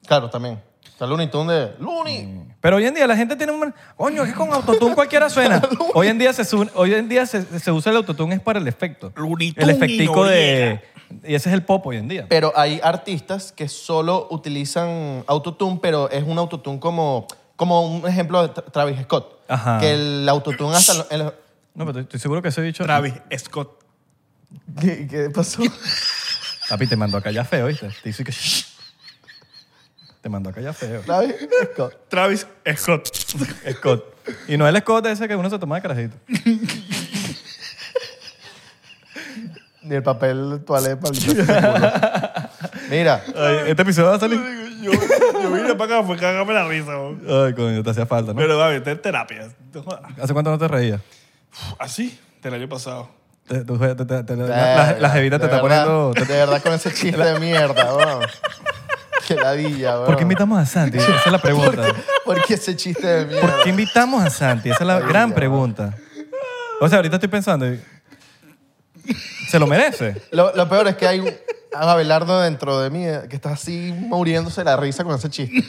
A: Claro, también. Está Looney Tunes de Looney.
B: Pero hoy en día la gente tiene un... Coño, es que con autotune cualquiera suena. hoy en día, se, su- hoy en día se, se usa el autotune es para el efecto.
C: Looney
B: El
C: Tune y
B: efectico de...
C: Noriega.
B: Y ese es el pop hoy en día.
A: Pero hay artistas que solo utilizan autotune, pero es un autotune como, como un ejemplo de Tra- Travis Scott.
B: Ajá.
A: Que el autotune hasta... lo- el-
B: No, pero estoy seguro que ese bicho...
C: Travis Scott.
A: ¿Qué, qué pasó?
B: Papi, te mandó a callar feo, ¿viste? Te dice que... "Shh". Te mandó a callar feo.
A: Travis Scott.
C: Travis Scott.
B: Scott. Y no el Scott ese que uno se toma de carajito.
A: Ni el papel toalé para el- Mira,
B: Ay, este episodio va a salir...
C: Yo, yo vine para acá, fue cagarme la risa, bro.
B: Ay, coño, te hacía falta, ¿no?
C: Pero, David, te terapias. No jodas.
B: ¿Hace cuánto no te reías?
C: Así, del año pasado.
B: Te- tú- te- te- te- la- la- la jevita te
A: de
B: está
A: verdad,
B: poniendo... te-
A: De verdad, con ese chiste de mierda, weón. Qué ladilla, weón.
B: ¿Por qué invitamos a Santi? Esa es la pregunta.
A: ¿Por qué ese chiste de mierda?
B: ¿Por qué invitamos a Santi? Esa es la
A: Ay,
B: gran
A: ya.
B: pregunta. O sea, ahorita estoy pensando. y- ¿Se lo merece?
A: Lo, lo peor es que hay un a Abelardo dentro de mí eh, que está así muriéndose la risa con ese chiste.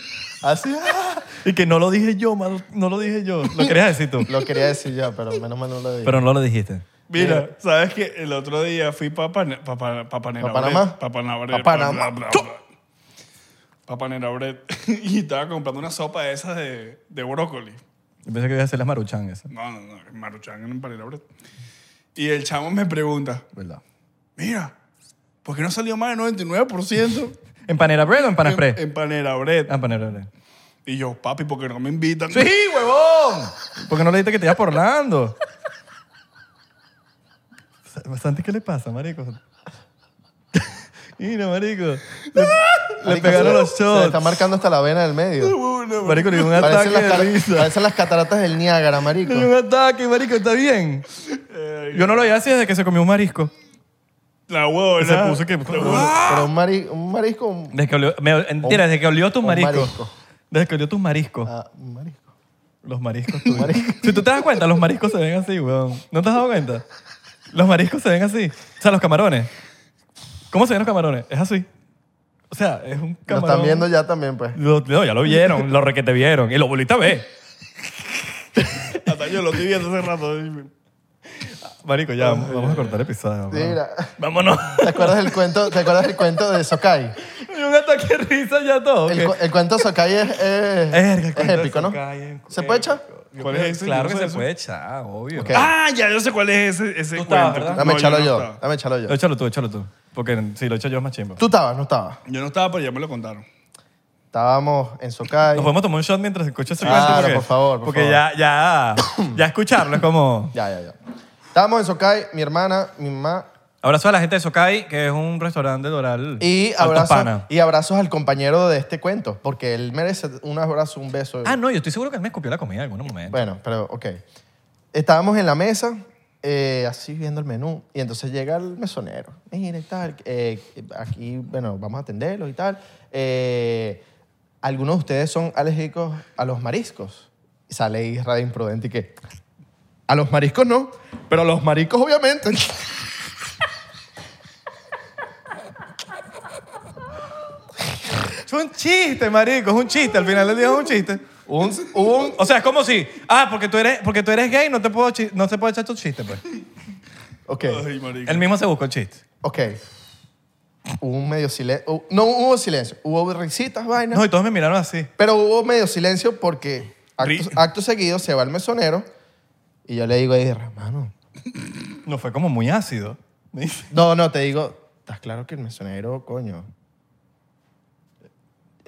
A: Así, ¡ah!
B: Y que no lo dije yo, mano, no lo dije yo. Lo querías decir tú.
A: Lo quería decir yo, pero menos mal no lo dije.
B: Pero no lo dijiste.
C: Mira,
A: Mira.
C: ¿sabes que El otro día fui para Pan, pa, pa, pa Panera
A: ¿Pa Panamá?
C: Bread, pa Panamá-
A: ¿Pa Panamá?
C: pa- pa- pa Panera Bread. y estaba comprando una sopa de esas de, de brócoli.
B: Yo pensé que iba a hacer las maruchan esas.
C: No, no, no, maruchan en Panera Bread. Y el chamo me pregunta,
B: ¿Verdad?
C: mira, ¿por qué no salió más del 99%
B: ¿En Panera Bread o en
C: en,
B: Panaspre?
C: en Panera Bread?
B: Ah, en Panera Bread.
C: Y yo, papi, ¿por qué no me invitan?
B: ¡Sí, huevón! ¿Por qué no le dijiste que te ibas por Orlando? Santi, ¿qué le pasa, marico? Mira, marico. Le, le
A: Marico,
B: pegaron
A: se-
B: los
A: Se le
B: shots.
A: está marcando hasta la vena del medio.
B: Marico, le dio un ataque
A: Parecen las,
B: de
A: car-
B: risa.
A: parecen las cataratas del Niágara, marico.
B: Le dio un ataque, marico, está bien.
C: Eh,
B: Yo no lo veía así desde que se comió un marisco.
C: la huevona.
B: Se puso que-
C: La huevona.
A: Pero un, mari- un marisco... un-
B: Desde que olió, me- mentira, desde que olió tus
A: un
B: mariscos.
A: marisco.
B: Desde que olió tus mariscos.
A: ah, un marisco.
B: Los mariscos tuyos.
A: marisco.
B: Si tú te das cuenta, los mariscos se ven así, weón. ¿No te has dado cuenta? Los mariscos se ven así. O sea, los camarones. ¿Cómo se ven los camarones? Es así. O sea, es un
A: Lo
B: camarón.
A: están viendo ya también, pues.
B: Lo- no, ya lo vieron, lo requete vieron. Y lo bolita ve.
C: Hasta yo lo estoy viendo hace rato.
B: Marico, ya, vamos a cortar el episodio.
A: Sí,
B: weón.
A: mira.
B: Vámonos.
A: ¿Te acuerdas del cuento, ¿te acuerdas del cuento de Sokai?
B: Y un ataque de risa ya todo.
A: El,
B: ok.
A: cu- el cuento de Sokai es, es-
B: Verga, el
A: es
B: cuento de
A: épico, ¿no?
B: Sokai es un
A: ¿Se puede
B: cuento.
A: echar?
B: Yo
C: ¿Cuál
B: creo-
C: es ese?
B: Claro
C: Yo
B: que
C: no
B: se
C: sé
B: puede echar, obvio.
A: Ok.
C: Ah, ya yo sé cuál es ese, ese
B: Tú estabas,
C: cuento.
B: ¿verdad?
C: No,
A: Dame echarlo
C: no
A: yo,
C: estaba.
A: dame echarlo yo.
B: Échalo tú, échalo tú. Porque si lo echo yo es más chimbo.
A: Tú estabas, no estabas.
C: Yo no estaba, pero ya me lo contaron.
A: Estábamos en Sokai.
B: Nos podemos tomar un shot mientras escucho ese
A: Claro,
B: cuento, porque-
A: por favor, por
B: porque
A: favor.
B: ya, ya, ya escucharlo es como...
A: Ya, ya, ya. Estábamos en Sokai, mi hermana, mi mamá
B: Abrazo a la gente de Sokai, que es un restaurante doral.
A: y
B: Altos
A: abrazos,
B: Pana.
A: y abrazos al compañero de este cuento, porque él merece un abrazo, un beso.
B: Ah, no, yo estoy seguro que él me escupió la comida en algún momento.
A: Bueno, pero ok. Estábamos en la mesa, eh, así viendo el menú, y entonces llega el mesonero. Mira y tal, eh, aquí, bueno, vamos a atenderlos y tal. Eh, Algunos de ustedes son alérgicos a los mariscos. Y Sale Isra de imprudente y que. A los mariscos no, pero a los maricos obviamente.
B: Es un chiste, marico, es un chiste. Al final del día es un chiste.
A: un, un
B: O sea, es como si, ah, porque tú eres, porque tú eres gay, no te puedo, chi- no se puede echar tu chiste, pues.
A: Ok,
C: Ay, marico.
B: Él mismo se buscó el chiste.
A: ok. Hubo un medio silencio. No hubo silencio. Hubo risitas, vainas.
B: No, y todos me miraron así.
A: Pero hubo medio silencio porque acto,
C: Ri-
A: acto seguido se va el mesonero y yo le digo a Isra, mano.
B: No fue como muy ácido. Me dice,
A: No, no, te digo, estás claro que el mesonero, coño.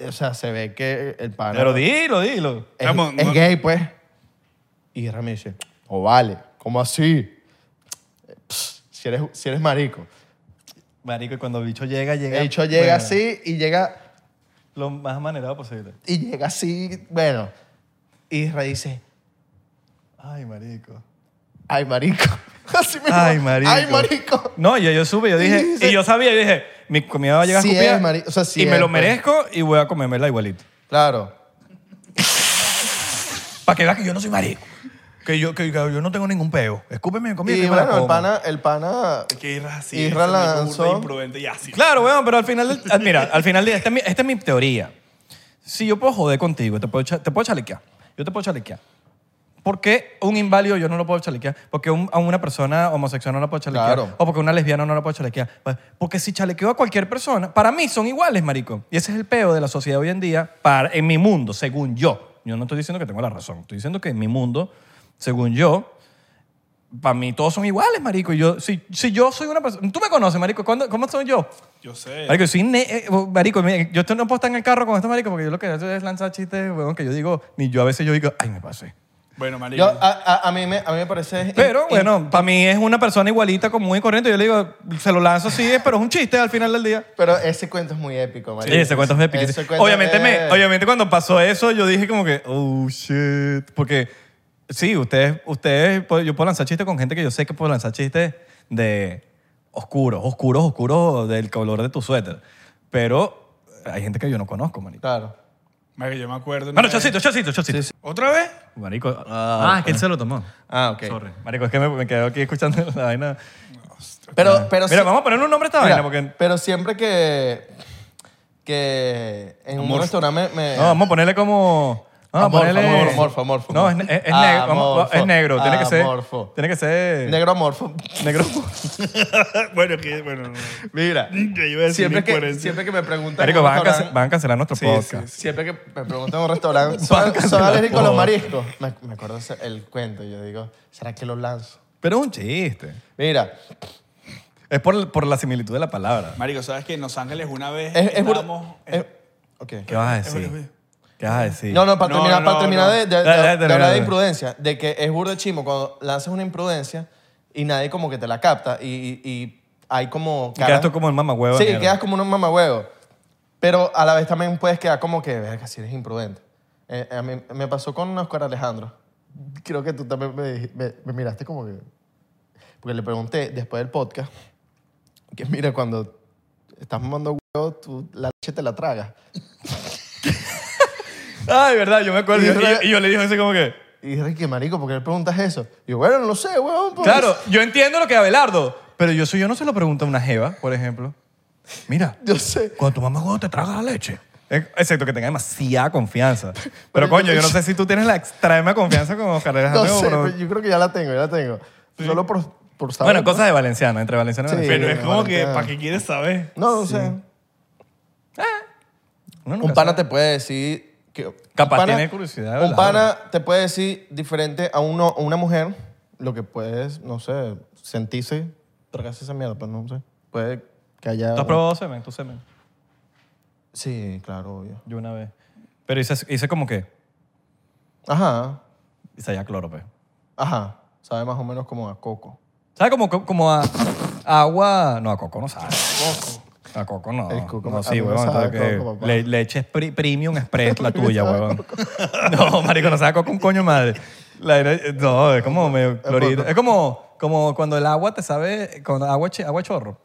A: O sea, se ve que el pana
B: Pero dilo, dilo.
A: es,
C: Vamos,
A: es
C: no-
A: gay, pues. Y Isra me dice, o vale, ¿cómo así? Pss, si eres, si eres marico.
B: Marico, y cuando el bicho llega, llega.
A: El bicho llega
B: bueno,
A: así y llega
B: Lo más amanerado posible.
A: Y llega así, bueno. Isra dice,
B: Ay, marico.
A: ay, marico. Así mismo.
B: Ay, marico.
A: Ay, marico.
B: No, yo, yo supe, yo dije,
A: Sí, sí.
B: y yo sabía, yo dije, mi comida va a llegar
A: Sí
B: escupida
A: es, mari- o sea, sí
B: y me
A: es,
B: lo
A: pues.
B: merezco y voy a comérmela igualito.
A: Claro.
B: Para que veas que yo no soy marico.
D: Que yo, que, que yo no tengo ningún peo. Escúpeme comida. que
A: Y
D: yo me la
A: bueno, el
D: como.
A: pana, el pana
C: Que Isra sí.
A: Isra
C: es una burda
A: lanzó-
C: imprudente y así.
B: Claro, weón, pero al final, del- ah, mira, al final del día, esta es, mi, esta es mi teoría. Si yo puedo joder contigo, te puedo, cha- te puedo chalequear, yo te puedo chalequear. ¿Por qué un inválido yo no lo puedo chalequear? Porque un- a una persona homosexual no la puedo chalequear.
A: Claro.
B: O porque una lesbiana no la puedo chalequear. Pues, Porque si chalequeo a cualquier persona, para mí son iguales, marico. Y ese es el peo de la sociedad hoy en día para, en mi mundo, según yo. Yo no estoy diciendo que tengo la razón. Estoy diciendo que en mi mundo, según yo, para mí todos son iguales, marico. Y yo, si, si yo soy una persona... Tú me conoces, marico. ¿Cuándo- ¿Cómo soy yo?
C: Yo sé.
B: Marico, yo soy ne- eh, marico, mire, yo esto no puedo estar en el carro con estos maricos porque yo lo que hago es lanzar chistes, weón, que yo digo, ni yo a veces yo digo, ay, me pasé.
C: Bueno, marico.
A: Yo, ah. a, a- a mí me, a mí me parece...
B: Pero
A: in-
B: bueno, para mí es una persona igualita, común y corriente. Yo le digo, se lo lanzo así, eh, pero es un chiste al final del día.
A: in- Pero ese cuento es muy épico, marico.
B: Sí, ese cuento es épico.
A: Ese cuento
B: Obviamente, me,
A: es-
B: obviamente cuando pasó eso, yo dije como que, oh, shit. Porque, sí, ustedes, ustedes, pues, yo puedo lanzar chistes con gente que yo sé que puedo lanzar chistes de oscuros, oscuros, oscuros del color de tu suéter. Pero hay gente que yo no conozco, marico.
A: Claro.
C: Marico, yo me acuerdo.
B: Bueno,
C: una vez-
B: chocito, chocito, chocito.
C: ¿Otra vez?
B: Marico.
A: Ah,
B: es que él se lo tomó.
A: Ah, ok.
B: Sorry. Marico, es que me, me quedo aquí escuchando la vaina.
A: Pero, pero
B: Ah. Mira,
A: sí-
B: vamos a ponerle un nombre a esta
A: mira,
B: vaina porque.
A: Pero siempre que... Que en un
B: Amorfo.
A: restaurante me... me-
B: No, vamos a ponerle como. Vamos
A: Amorfo,
B: a ponerle.
A: amorfo, amorfo, amorfo. Ah,
B: No, es, ne- es- es negro. vamos-
A: Amorfo, Ah,
B: es negro. Tiene que ser.
A: amorfo.
B: Tiene que ser.
A: Negro amorfo.
B: Negro.
C: bueno, que. Bueno, no.
A: Mira.
C: Yo iba a decir
A: siempre, que,
C: incoherencia.
A: siempre que me preguntan...
B: Marico,
A: en un
B: van a, cance-
A: restaurante-
B: van a cancelar nuestro
C: Sí,
B: podcast.
C: sí,
A: Siempre que me preguntan en un restaurante, ¿son, son alérgicos a los mariscos? Me, me acuerdo ese- el cuento y yo digo, ¿será que lo lanzo?
B: Pero es un chiste.
A: Mira,
B: Es por, por la similitud de la palabra.
C: Marico, ¿sabes que en Los Ángeles una vez
A: es... es bur-
C: estábamos-
A: es- ok.
B: ¿Qué vas a
C: Es bueno,
B: decir? ¿Qué vas a decir?
A: No, no, para
C: No,
A: terminar,
C: no,
A: para terminar
C: no.
A: de, de- de-
B: Dale,
A: de
B: dale, dale,
A: hablar
B: dale.
A: de imprudencia, de que es burda de chimo cuando lanzas una imprudencia y nadie como que te la capta y, y- y hay como...
B: Y Quedas tú como el mamahuevo.
A: Sí,
B: de mierda.
A: quedas como un mamahuevo. Pero a la vez también puedes quedar como que, verga, si eres imprudente. Eh, a mí me pasó con Oscar Alejandro. Creo que tú también me, dij- me- me miraste como que... Porque le pregunté después del podcast que, mira, cuando estás mamando huevo, tú la leche te la tragas.
B: Ay, verdad, yo me acuerdo.
A: Y-
B: Y, yo- y yo le dije así como que.
A: Y dije, ¿qué marico? ¿Por qué le preguntas eso? Y yo, bueno, no sé, huevón. pues".
B: Claro, yo entiendo lo que es Abelardo, pero yo soy yo no se lo pregunto a una jeva, por ejemplo. Mira,
A: Yo sé.
B: cuando tu mamá juega te traga la leche. Eh, Excepto que tenga demasiada confianza. Pero coño, yo no sé si tú tienes la extrema confianza con Oscar
A: No
B: Alejandro.
A: sé,
B: pero-
A: pero yo creo que ya la tengo, ya la tengo. Solo por, por saber.
B: Bueno,
A: ¿no?
B: cosas de valenciano, entre valenciano y
A: Sí.
B: valenciano.
C: Pero es como que,
A: Maricano.
C: ¿para qué quieres saber?
A: No, no sé.
B: Uno nunca
A: Un pana
B: sabe.
A: te puede decir... Que,
B: Capaz
A: un pana-
B: tiene curiosidad,
A: Un
B: ¿verdad?
A: pana te puede decir diferente a, uno, a una mujer lo que puedes, no sé, sentirse, tragarse esa mierda, pues no sé. Puede que haya...
B: ¿Tú has probado semen? ¿Tú semen?
A: Sí, claro, obvio.
B: Yo una vez. Pero hice, hice como que...
A: Ajá,
B: Y salía cloro, pues.
A: ajá. Sabe más o menos como a coco.
B: ¿Sabes? Como, como a a agua... No, a coco no sabe. A coco no.
A: El coco
B: no,
A: no- a
B: sí,
A: mí no
B: huevón.
A: sabe
B: entonces
A: a coco,
B: que
A: papá.
B: le- leche pre- premium express, la tuya, huevón. No, marico, no sabe a coco un coño madre. La era- no, es como medio clorito. Es como, como cuando el agua te sabe, con agua, chi- agua chorro,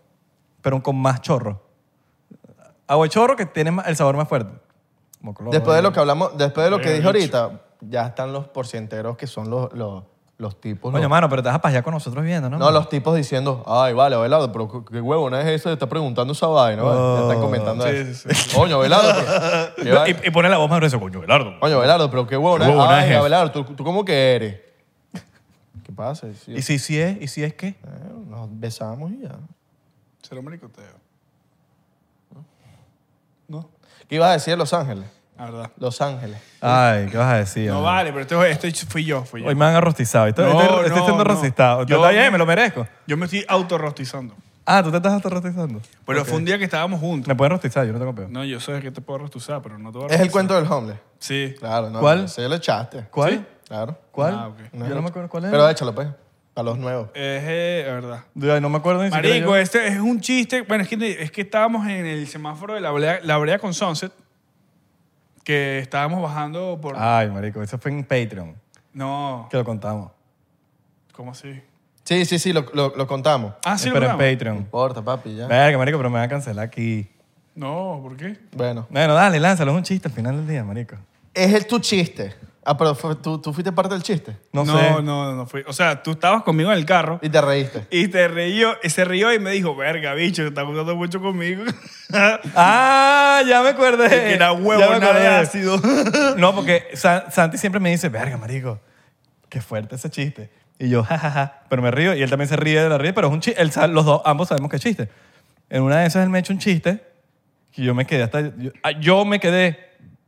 B: pero con más chorro. Agua chorro que tiene más- el sabor más fuerte. Como cloro.
A: Después de lo que hablamos, después de lo que
C: Bien
A: dije
C: dicho.
A: ahorita, ya están los porcienteros que son los, los, los tipos.
B: Coño,
A: los-
B: mano, pero te vas a pasear con nosotros viendo, ¿no?
A: no, los tipos diciendo, ay, vale, Abelardo, pero qué- qué huevo, no es eso, está preguntando esa vaina, ¿vale? ya están comentando
C: Sí,
A: eso.
C: sí,
A: Coño, Abelardo, pero, qué va-
B: Ah. Y, y pone la voz más gruesa, coño, Belardo.
A: coño, Abelardo, pero qué huevo, no es,
B: Qué huevo, no es
A: ay,
B: eso.
A: Abelardo, ¿tú, tú cómo que eres? ¿Qué pasa? Sí,
B: ¿Y si, si es? ¿Y si es qué?
A: eh, nos besamos y ya.
C: Será un maricoteo.
A: ¿No? ¿Qué ibas a decir de Los Ángeles?
C: La verdad.
A: Los Ángeles.
B: Ay, ¿qué vas a decir?
C: No
B: hombre?
C: vale, pero esto, esto fui yo, fui yo.
B: Hoy me han arrostizado. Estoy,
C: No,
B: estoy- estoy
C: no,
B: siendo
C: no.
B: arrostizado.
C: Yo-
B: Está bien, me lo merezco.
C: Yo me estoy autorrostizando.
B: Ah, tú te estás autorrostizando.
C: Pero fue un día que estábamos juntos.
B: Me pueden rostizar, yo no tengo peor.
C: Pues No, yo sé que te puedo rostizar, pero no te voy a
A: Es el
C: rostizar.
A: cuento del homeless.
C: Sí.
A: Claro, no.
B: ¿Cuál?
A: Se lo echaste.
B: ¿Cuál?
C: ¿Sí?
A: Claro.
B: ¿Cuál?
C: Ah, ok.
A: No
B: yo
A: es
B: no me
A: mucho.
B: acuerdo cuál es.
A: Pero échalo, pues, para los nuevos.
C: Es, eh, la verdad.
B: Ay, no me acuerdo ni siquiera
C: Marico,
B: yo.
C: este es un chiste. Bueno, es que, es que estábamos en el semáforo de la brea, la Brea con Sunset, que estábamos bajando por...
B: Ay, marico, eso fue en Patreon
C: No,
B: que lo contamos.
C: ¿cómo así?
A: Sí, sí, sí, lo, lo, lo contamos.
C: Ah, sí, lo
B: pero en
C: grabamos.
A: No
B: Patreon.
A: importa, papi, ya.
B: Verga, marico, pero me van a cancelar aquí.
C: No, ¿por qué?
A: Bueno,
B: Bueno, dale, lánzalo. Es un chiste al final del día, marico.
A: es el tu chiste. Ah, pero fue- tú, tú fuiste parte del chiste
B: No,
C: no,
B: sé.
C: no, no, no fui. O sea, tú estabas conmigo en el carro
A: y te reíste.
C: y te rió, y se rió y me dijo, verga, bicho, te estás jugando mucho conmigo.
B: Ah, ya me acordé.
C: Que era huevo,
B: Ya me
C: nada de
B: acordé.
C: ácido.
B: No, porque Sa- Santi siempre me dice, verga, marico, qué fuerte ese chiste. Y yo, jajaja, pero me río. Y él también se ríe de la risa, pero es un chiste. Él sa- Los dos, ambos sabemos que es chiste. En una de esas él me echó un chiste que yo me quedé hasta... Yo, ah, yo me quedé,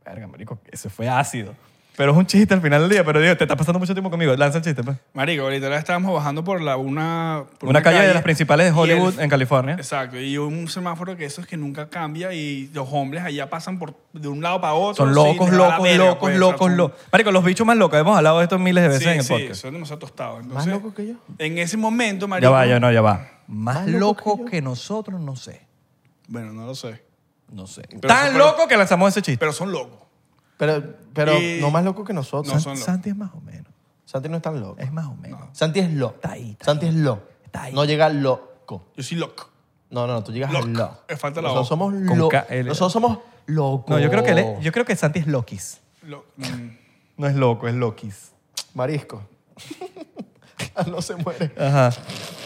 B: verga, marico, ese fue ácido. Pero es un chiste al final del día. Pero digo, te estás pasando mucho tiempo conmigo. Lanza el chiste, pues.
C: Marico, ahorita la estábamos bajando por la una... por
B: Una calle de las principales de
C: y el-
B: Hollywood en California.
C: Exacto, y un semáforo que eso es que nunca cambia y los hombres allá pasan por de un lado para otro.
B: Son
C: sí,
B: locos,
C: te da la
B: locos,
C: verga,
B: locos,
C: pues, o sea,
B: locos,
C: son-
B: locos. Marico, los bichos más locos. Hemos hablado de esto miles de veces
C: Sí,
B: en el
C: sí,
B: podcast.
C: son demasiado tostados.
A: ¿Más
C: Entonces,
A: loco que yo?
C: En ese momento, marico...
B: Ya va, ya no, ya va.
A: Más
B: Más, loco,
A: loco
B: que,
A: que yo.
B: nosotros, no sé.
C: Bueno, no lo sé.
B: No sé.
C: Pero
B: Tan
C: eso fue-
B: loco que lanzamos ese chiste.
C: Pero son locos.
A: Pero, pero
C: Y-
A: no más loco que nosotros.
C: No
A: San-
C: son locos.
B: Santi es más o menos.
A: Santi no es tan loco.
B: Es más o menos.
A: Santi es lo.
B: Está ahí, está
A: Santi es lo.
B: Está ahí.
A: No llega loco.
C: Yo soy loco.
A: No, no, no, tú llegas
C: Loco.
A: al lo.
C: Eh, falta la
A: Nosotros
C: O.
A: somos
B: Con
A: lo.
B: K, L.
A: Nosotros somos locos.
B: No, yo creo, que él
C: Oh.
B: es- yo creo que Santi es Lokis.
C: Lo- mm.
B: No es loco, es Lokis.
A: Marisco. Ah, no se muere.
B: Ajá.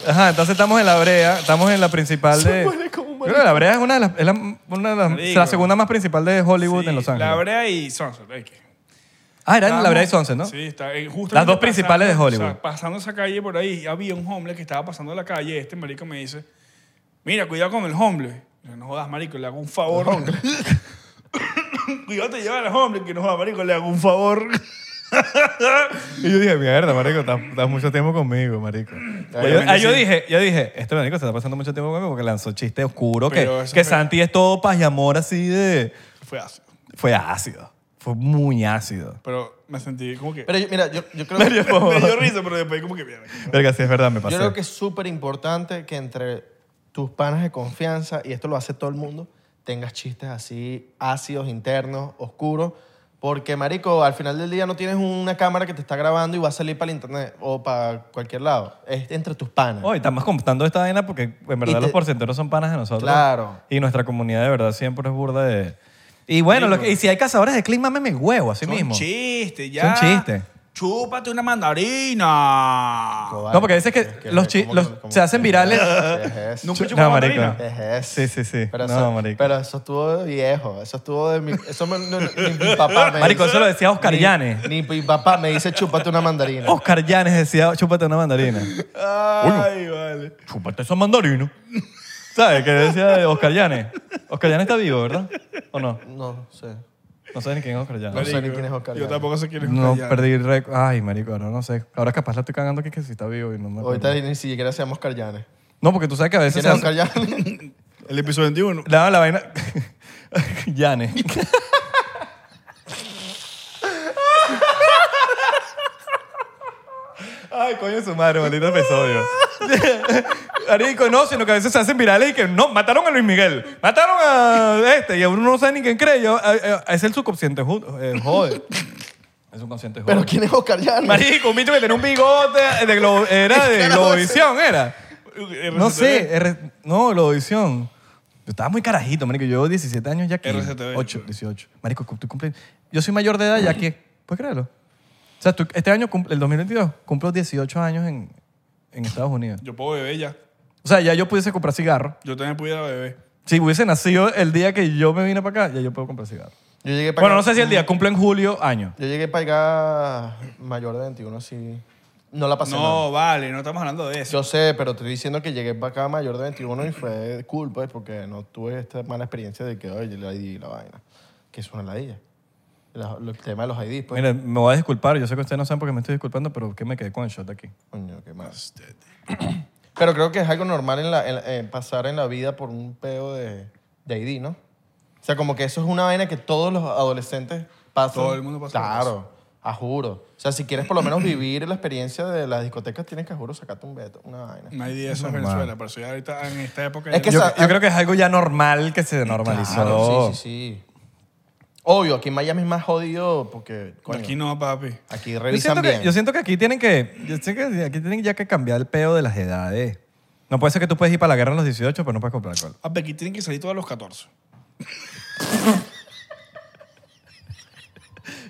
B: Ajá, entonces estamos en la brea, estamos en la principal de...
A: muere como un
B: Yo creo que la brea es una de las... es la, una de las-
C: Marico.
B: la segunda más principal de Hollywood
C: Sí,
B: en Los
C: La
B: Ángeles.
C: Brea y Sunset. hay que-
B: Ah, era en la
C: Estábamos-
B: brea y Sunset, ¿no?
C: Sí, está, eh, justamente
B: Las dos principales de Hollywood.
C: o sea, pasando esa calle por ahí, había un homeless que estaba pasando la calle. Este marico me dice, mira, cuidado con el homeless. Yo, no jodas, marico, le hago un favor. cuidado te lleva al homeless, que no jodas, marico, le hago un favor.
B: Y yo dije, mierda, marico, estás, estás mucho tiempo conmigo, marico. Ah, yo,
C: Obviamente
B: ah, yo
C: sí.
B: dije, yo dije, este marico se está pasando mucho tiempo conmigo porque lanzó chiste oscuro que,
C: Pero eso
B: que
C: fue-
B: Santi es todo paz y amor así de...
C: Fue ácido.
B: Fue ácido. Fue muy ácido.
C: Pero me sentí como que...
A: Pero yo- mira, yo, yo creo que, yo
C: me dio risa, pero después como que... mierda,
B: Verga, sí, es verdad, me pasó.
A: creo que es súper importante que entre tus panas de confianza, y esto lo hace todo el mundo, tengas chistes así ácidos, internos, oscuros. Porque, marico, al final del día no tienes una cámara que te está grabando y va a salir para el internet o para cualquier lado. Es entre tus panas.
B: Hoy estamos contando esta vaina porque en verdad
A: Y te-
B: los porcenteros son panas de nosotros.
A: Claro.
B: Y nuestra comunidad de verdad siempre es burda de... Y bueno, lo que- y si hay cazadores de clima, mame mi huevo, así
C: Son
B: mismo.
C: chistes, ya.
B: Son chistes.
C: Chúpate una mandarina.
B: No, porque dices que los chi- los- se hacen virales.
A: No,
C: Nunca chupé
B: No,
C: mandarina.
B: marico. Sí, sí, sí.
A: Pero,
B: No,
A: eso,
B: marico.
A: pero eso estuvo viejo. Eso estuvo de mi, eso me- no, no, ni mi papá me
B: Marico,
A: dice.
B: eso lo decía Oscar
A: Ni-
B: Llanes.
A: Ni, mi papá me dice, chúpate una mandarina.
B: Oscar Llanes decía, chúpate una mandarina.
C: Ay, vale.
B: chúpate esos mandarinos. ¿Sabes qué decía Oscar Llanes? Oscar Llanes está vivo, ¿verdad? ¿O no?
A: No sé.
B: No sé ni quién es Oscar Llanes.
A: No sé ni quién es Oscar
C: Yo
A: Llanes.
C: tampoco sé quién es
B: No,
C: Oscar Llanes.
B: perdí récord. Ay, marico, ahora no sé. Ahora capaz la estoy cagando aquí que si está vivo y no me acuerdo.
A: Ahorita ni siquiera seamos Carllanes.
B: No, porque tú sabes que a veces...
A: ¿Quién
B: se
A: es
B: hace-
A: Oscar Llanes?
C: El episodio 21.
B: No, la vaina... Llanes. Ay, coño su madre, maldito episodio. Marico, no, sino que a veces se hacen virales y que no, mataron a Luis Miguel, mataron a este, y uno no sabe ni quién cree. Yo, a- a- es el subconsciente, ju- eh, jode. Es un consciente jode.
A: ¿Pero quién es Oscar Llanes?
B: Marico, un bicho que tenía un bigote de Glo- era de Globovisión, era.
E: Eh,
B: No sé, R- no, Globovisión. Yo estaba muy carajito, marico. Yo 17 años ya que
C: RCTV.
A: pues.
B: 8, 18. Marico, tú cumples... Yo soy mayor de edad ya que... ¿Puedes creerlo? O sea, tú- este año, cum- el 2022, cumplo 18 años en, en Estados Unidos.
C: Yo puedo beber ya.
B: O sea, ya yo pudiese comprar cigarro.
C: Yo también pudiera beber.
B: Si hubiese nacido el día que yo me vine para acá, ya yo puedo comprar cigarro.
A: Yo llegué para Mm.
B: Bueno, no sé si el día, cumplo en julio, año.
A: Yo llegué para acá mayor de 21, así. No la pasé mal.
C: No, vale, no estamos hablando de eso.
A: Yo sé, pero te estoy diciendo que llegué para acá mayor de 21 y fue cool, pues, porque no tuve esta mala experiencia de que, oye, el ID y la vaina, que es una ladilla. La- lo- el tema de los IDs, pues.
B: Mira, me voy a disculpar. Yo sé que ustedes no saben por qué me estoy disculpando, pero que me quedé con el shot aquí.
A: Coño, qué mal. Pero creo que es algo normal en la, en la- eh, pasar en la vida por un peo de, de ID, ¿no? O sea, como que eso es una vaina que todos los adolescentes pasan.
C: Todo el mundo pasa por
A: Claro, a juro. O sea, si quieres por lo menos vivir la experiencia de las discotecas, tienes que, a juro, sacarte un veto, una vaina.
C: No hay de eso en Venezuela, pero soy ahorita en esta época.
A: Es que
B: Yo,
A: esa- ah.
B: yo creo que es algo ya normal que se normalizó.
A: Claro, sí, sí, sí. Obvio, aquí en Miami es más jodido porque coño,
C: Aquí
A: aquí,
C: no, papi.
B: Yo
A: revisan
B: siento, que,
A: bien.
B: yo siento que aquí tienen que, yo sé que aquí tienen ya que cambiar el peo de las edades. No puede ser que tú puedes ir para la guerra a los 18, pero no puedes comprar alcohol.
C: Papi, aquí tienen que salir todos a los 14.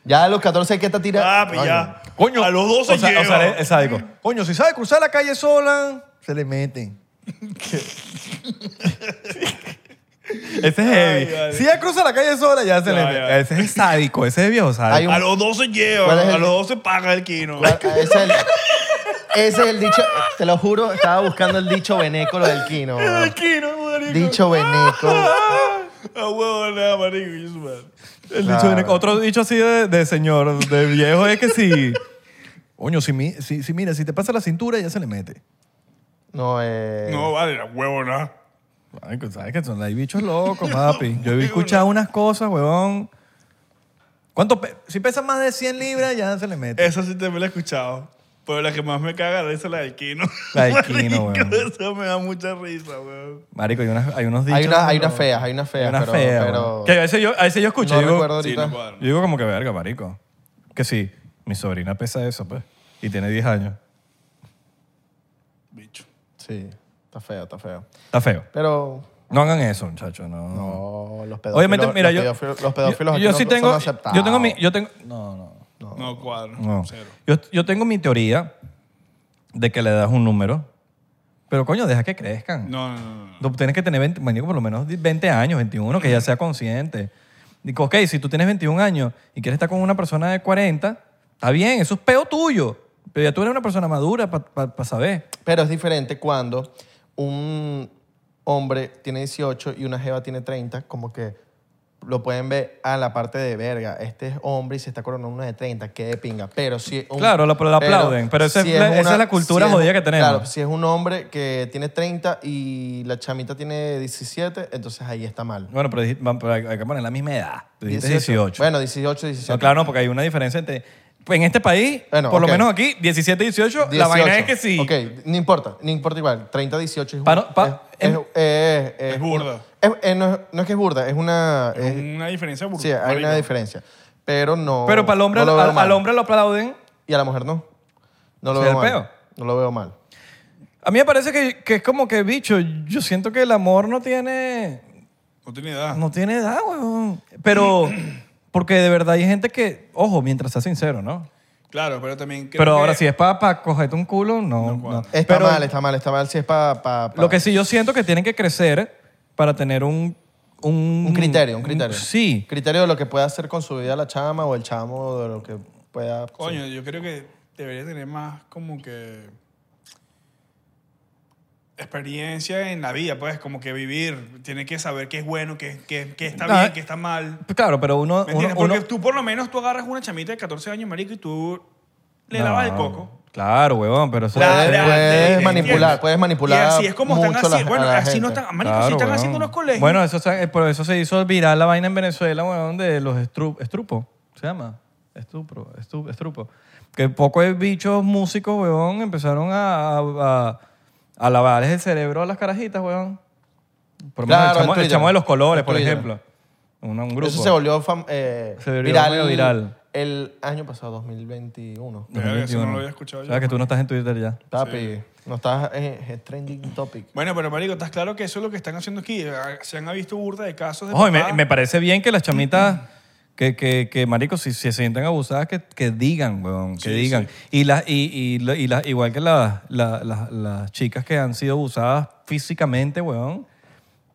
A: Ya a los 14 hay que estar tirando.
E: Papi, ya.
B: Coño.
E: A los 12
B: o sea,
E: lleva.
B: O sea, es sádico. Coño, si sabe cruzar la calle sola,
D: Se le meten.
B: ese es heavy.
E: vale.
B: Si ya cruza la calle sola, ya se le
E: Ya,
B: mete.
E: ya.
B: Ese es sádico, ese es viejo
A: Hay
B: sádico.
A: un-
E: a los 12 lleva.
A: ¿Cuál es
E: A
A: el-
E: los 12 paga el quino.
A: Ese es, el, ese es el dicho, te lo juro, estaba buscando el dicho veneco, lo del Kino.
E: El
A: weón.
E: quino, marico.
A: Dicho veneco.
E: A huevo de nada, marico. y su madre.
B: El dicho
A: Claro.
B: de- otro dicho así de, de señor, de viejo, es que si. Coño, si, mi- si, si mira, si te pasa la cintura, ya se le mete.
A: No, eh.
C: No, vale, a huevo, nada.
B: Ay, pues, ¿sabes que son? Hay bichos locos, papi. Yo he escuchado unas cosas, huevón. ¿Cuánto pe- si pesa más de 100 libras, ya se le mete.
E: Esa sí te me la he escuchado. Pero la que más me caga es la del Kino.
B: La del Kino,
E: Marico,
B: weón.
E: Esa me da mucha risa, weón.
B: Marico, hay, unas, hay unos dichos.
A: hay, una, hay
B: pero-
A: unas feas, hay unas feas,
B: hay unas
A: pero.
B: feas,
A: pero-
B: huevón. Que a veces yo, a veces yo escucho.
A: no
B: yo, digo,
A: recuerdo
E: Sí,
A: ahorita.
E: no cuadra.
B: yo digo como que verga, marico. Que sí, mi sobrina pesa eso, pues. Y tiene 10 años.
E: Bicho.
A: sí, está feo, está feo.
B: Está feo.
A: Pero.
B: No hagan eso, muchachos.
A: No, los pedófilos.
B: Obviamente, mira,
A: los
B: yo.
A: pedófilos- los pedófilos
B: yo,
A: aquí
B: yo
A: no
B: sí
A: son
B: tengo.
A: aceptados.
B: Yo tengo mi. Yo tengo. No, no.
A: Oh,
E: No cuadro.
B: no.
E: Cero.
B: Yo, yo tengo mi teoría de que le das un número. Pero coño, deja que crezcan.
C: No, no, no, no.
B: Tú tienes que tener 20, marico, por lo menos 20 años, 21, que ya sea consciente. Digo, ok, si tú tienes 21 años y quieres estar con una persona de 40, está bien, eso es peo tuyo. Pero ya tú eres una persona madura para saber.
A: Pero es diferente cuando un hombre tiene 18 y una jeva tiene 30, como que lo pueden ver a la parte de verga. Este es hombre y se está coronando una de 30, qué de pinga. Pero si un-
B: Claro, lo- lo aplauden, pero esa es la- esa es la cultura
A: es un-
B: jodida que tenemos.
A: Claro, si es un hombre que tiene 30 y la chamita tiene 17, entonces ahí está mal.
B: Bueno, pero, dijiste- van- pero hay hay que poner la misma edad. Tú dijiste 18.
A: Bueno, 18, 17.
B: No, claro, no, porque hay una diferencia entre... Pues en este país,
A: Bueno,
B: por
A: ok.
B: lo menos aquí, 17, 18, la vaina es que sí.
A: Ok, no importa, no importa igual. 30, 18 es
B: Pa-
A: una-
B: pa-
A: es,
B: em-
A: es- eh, eh,
C: Es burda.
A: es- eh, no, es- no es que es burda, es una. es-
C: Una diferencia brutal.
A: Eh, sí, hay una diferencia. Pero no.
B: Pero para el hombre,
A: no lo veo
B: al,
A: mal.
B: al hombre lo aplauden.
A: Y a la mujer no. No lo
B: Ese es
A: veo mal.
B: el peo.
A: No lo veo mal.
B: A mí me parece que, que es como que, bicho, yo siento que el amor no tiene...
C: No tiene edad.
B: No tiene edad, weón. Pero, porque de verdad hay gente que, ojo, mientras sea sincero, ¿no?
C: Claro, pero también creo
B: Pero ahora,
C: que-
B: si es para cogerte un culo, no.
C: No, cuadra.
B: no.
A: Está
B: Pero
A: mal, está mal, está mal si es para.
B: Lo que sí yo siento que tienen que crecer para tener un. Un,
A: Un criterio, un criterio.
B: Mm, sí.
A: Criterio de lo que pueda hacer con su vida la chama o el chamo, de lo que pueda.
C: Coño, yo creo que debería tener más como que experiencia en la vida, pues, como que vivir. Tiene que saber qué es bueno, qué, qué- qué está
B: Ah,
C: bien, qué está mal.
B: Pues Claro, pero uno.
C: ¿Me
B: uno-
C: entiendes? Porque
B: uno-
C: tú por lo menos tú agarras una chamita de 14 años, marico, y tú le
B: No,
C: lavas el coco.
B: Claro, weón, pero eso.
A: Claro.
C: La-
A: Puedes-
C: la-
A: puedes
C: ¿entiendes?
A: manipular, puedes manipular
C: Y así es como están
A: mucho a la-
C: haciendo. Bueno,
A: a la
C: así no
A: gente.
C: están. Marico, así
B: Claro,
C: están
B: weón.
C: haciendo los colegios.
B: Bueno, eso, se- eh, por eso se hizo viral la vaina en Venezuela, weón, de los estru- estrupo. ¿Se llama? Estupro, estu- estrupo. Que poco de bichos músicos, weón, empezaron a, a, a lavarles el cerebro a las carajitas, weón. Por lo menos
A: Claro,
B: el,
A: en
B: chamo, el
A: Twitter.
B: chamo de los colores,
A: En
B: por
A: Twitter.
B: ejemplo. Un, un grupo.
A: Eso se volvió, fam- eh,
B: Se volvió
A: viral,
B: medio viral.
A: el año pasado, 2021.
C: Verga, eso no lo había escuchado
B: O
C: yo,
B: sea, que tú no estás en Twitter ya.
A: Papi, no estás eh, eh, trending topic.
C: Bueno, pero marico, estás claro que eso es lo que están haciendo aquí. Ah, Se han visto burda de casos de
B: Ojo, y me,
C: papás.
B: me parece bien que las chamitas, que, que, que marico, si, si se sientan abusadas, que, que digan, weón, que digan. Y, las, y, y, la- y las- igual que las- la- las- las chicas que han sido abusadas físicamente, weón,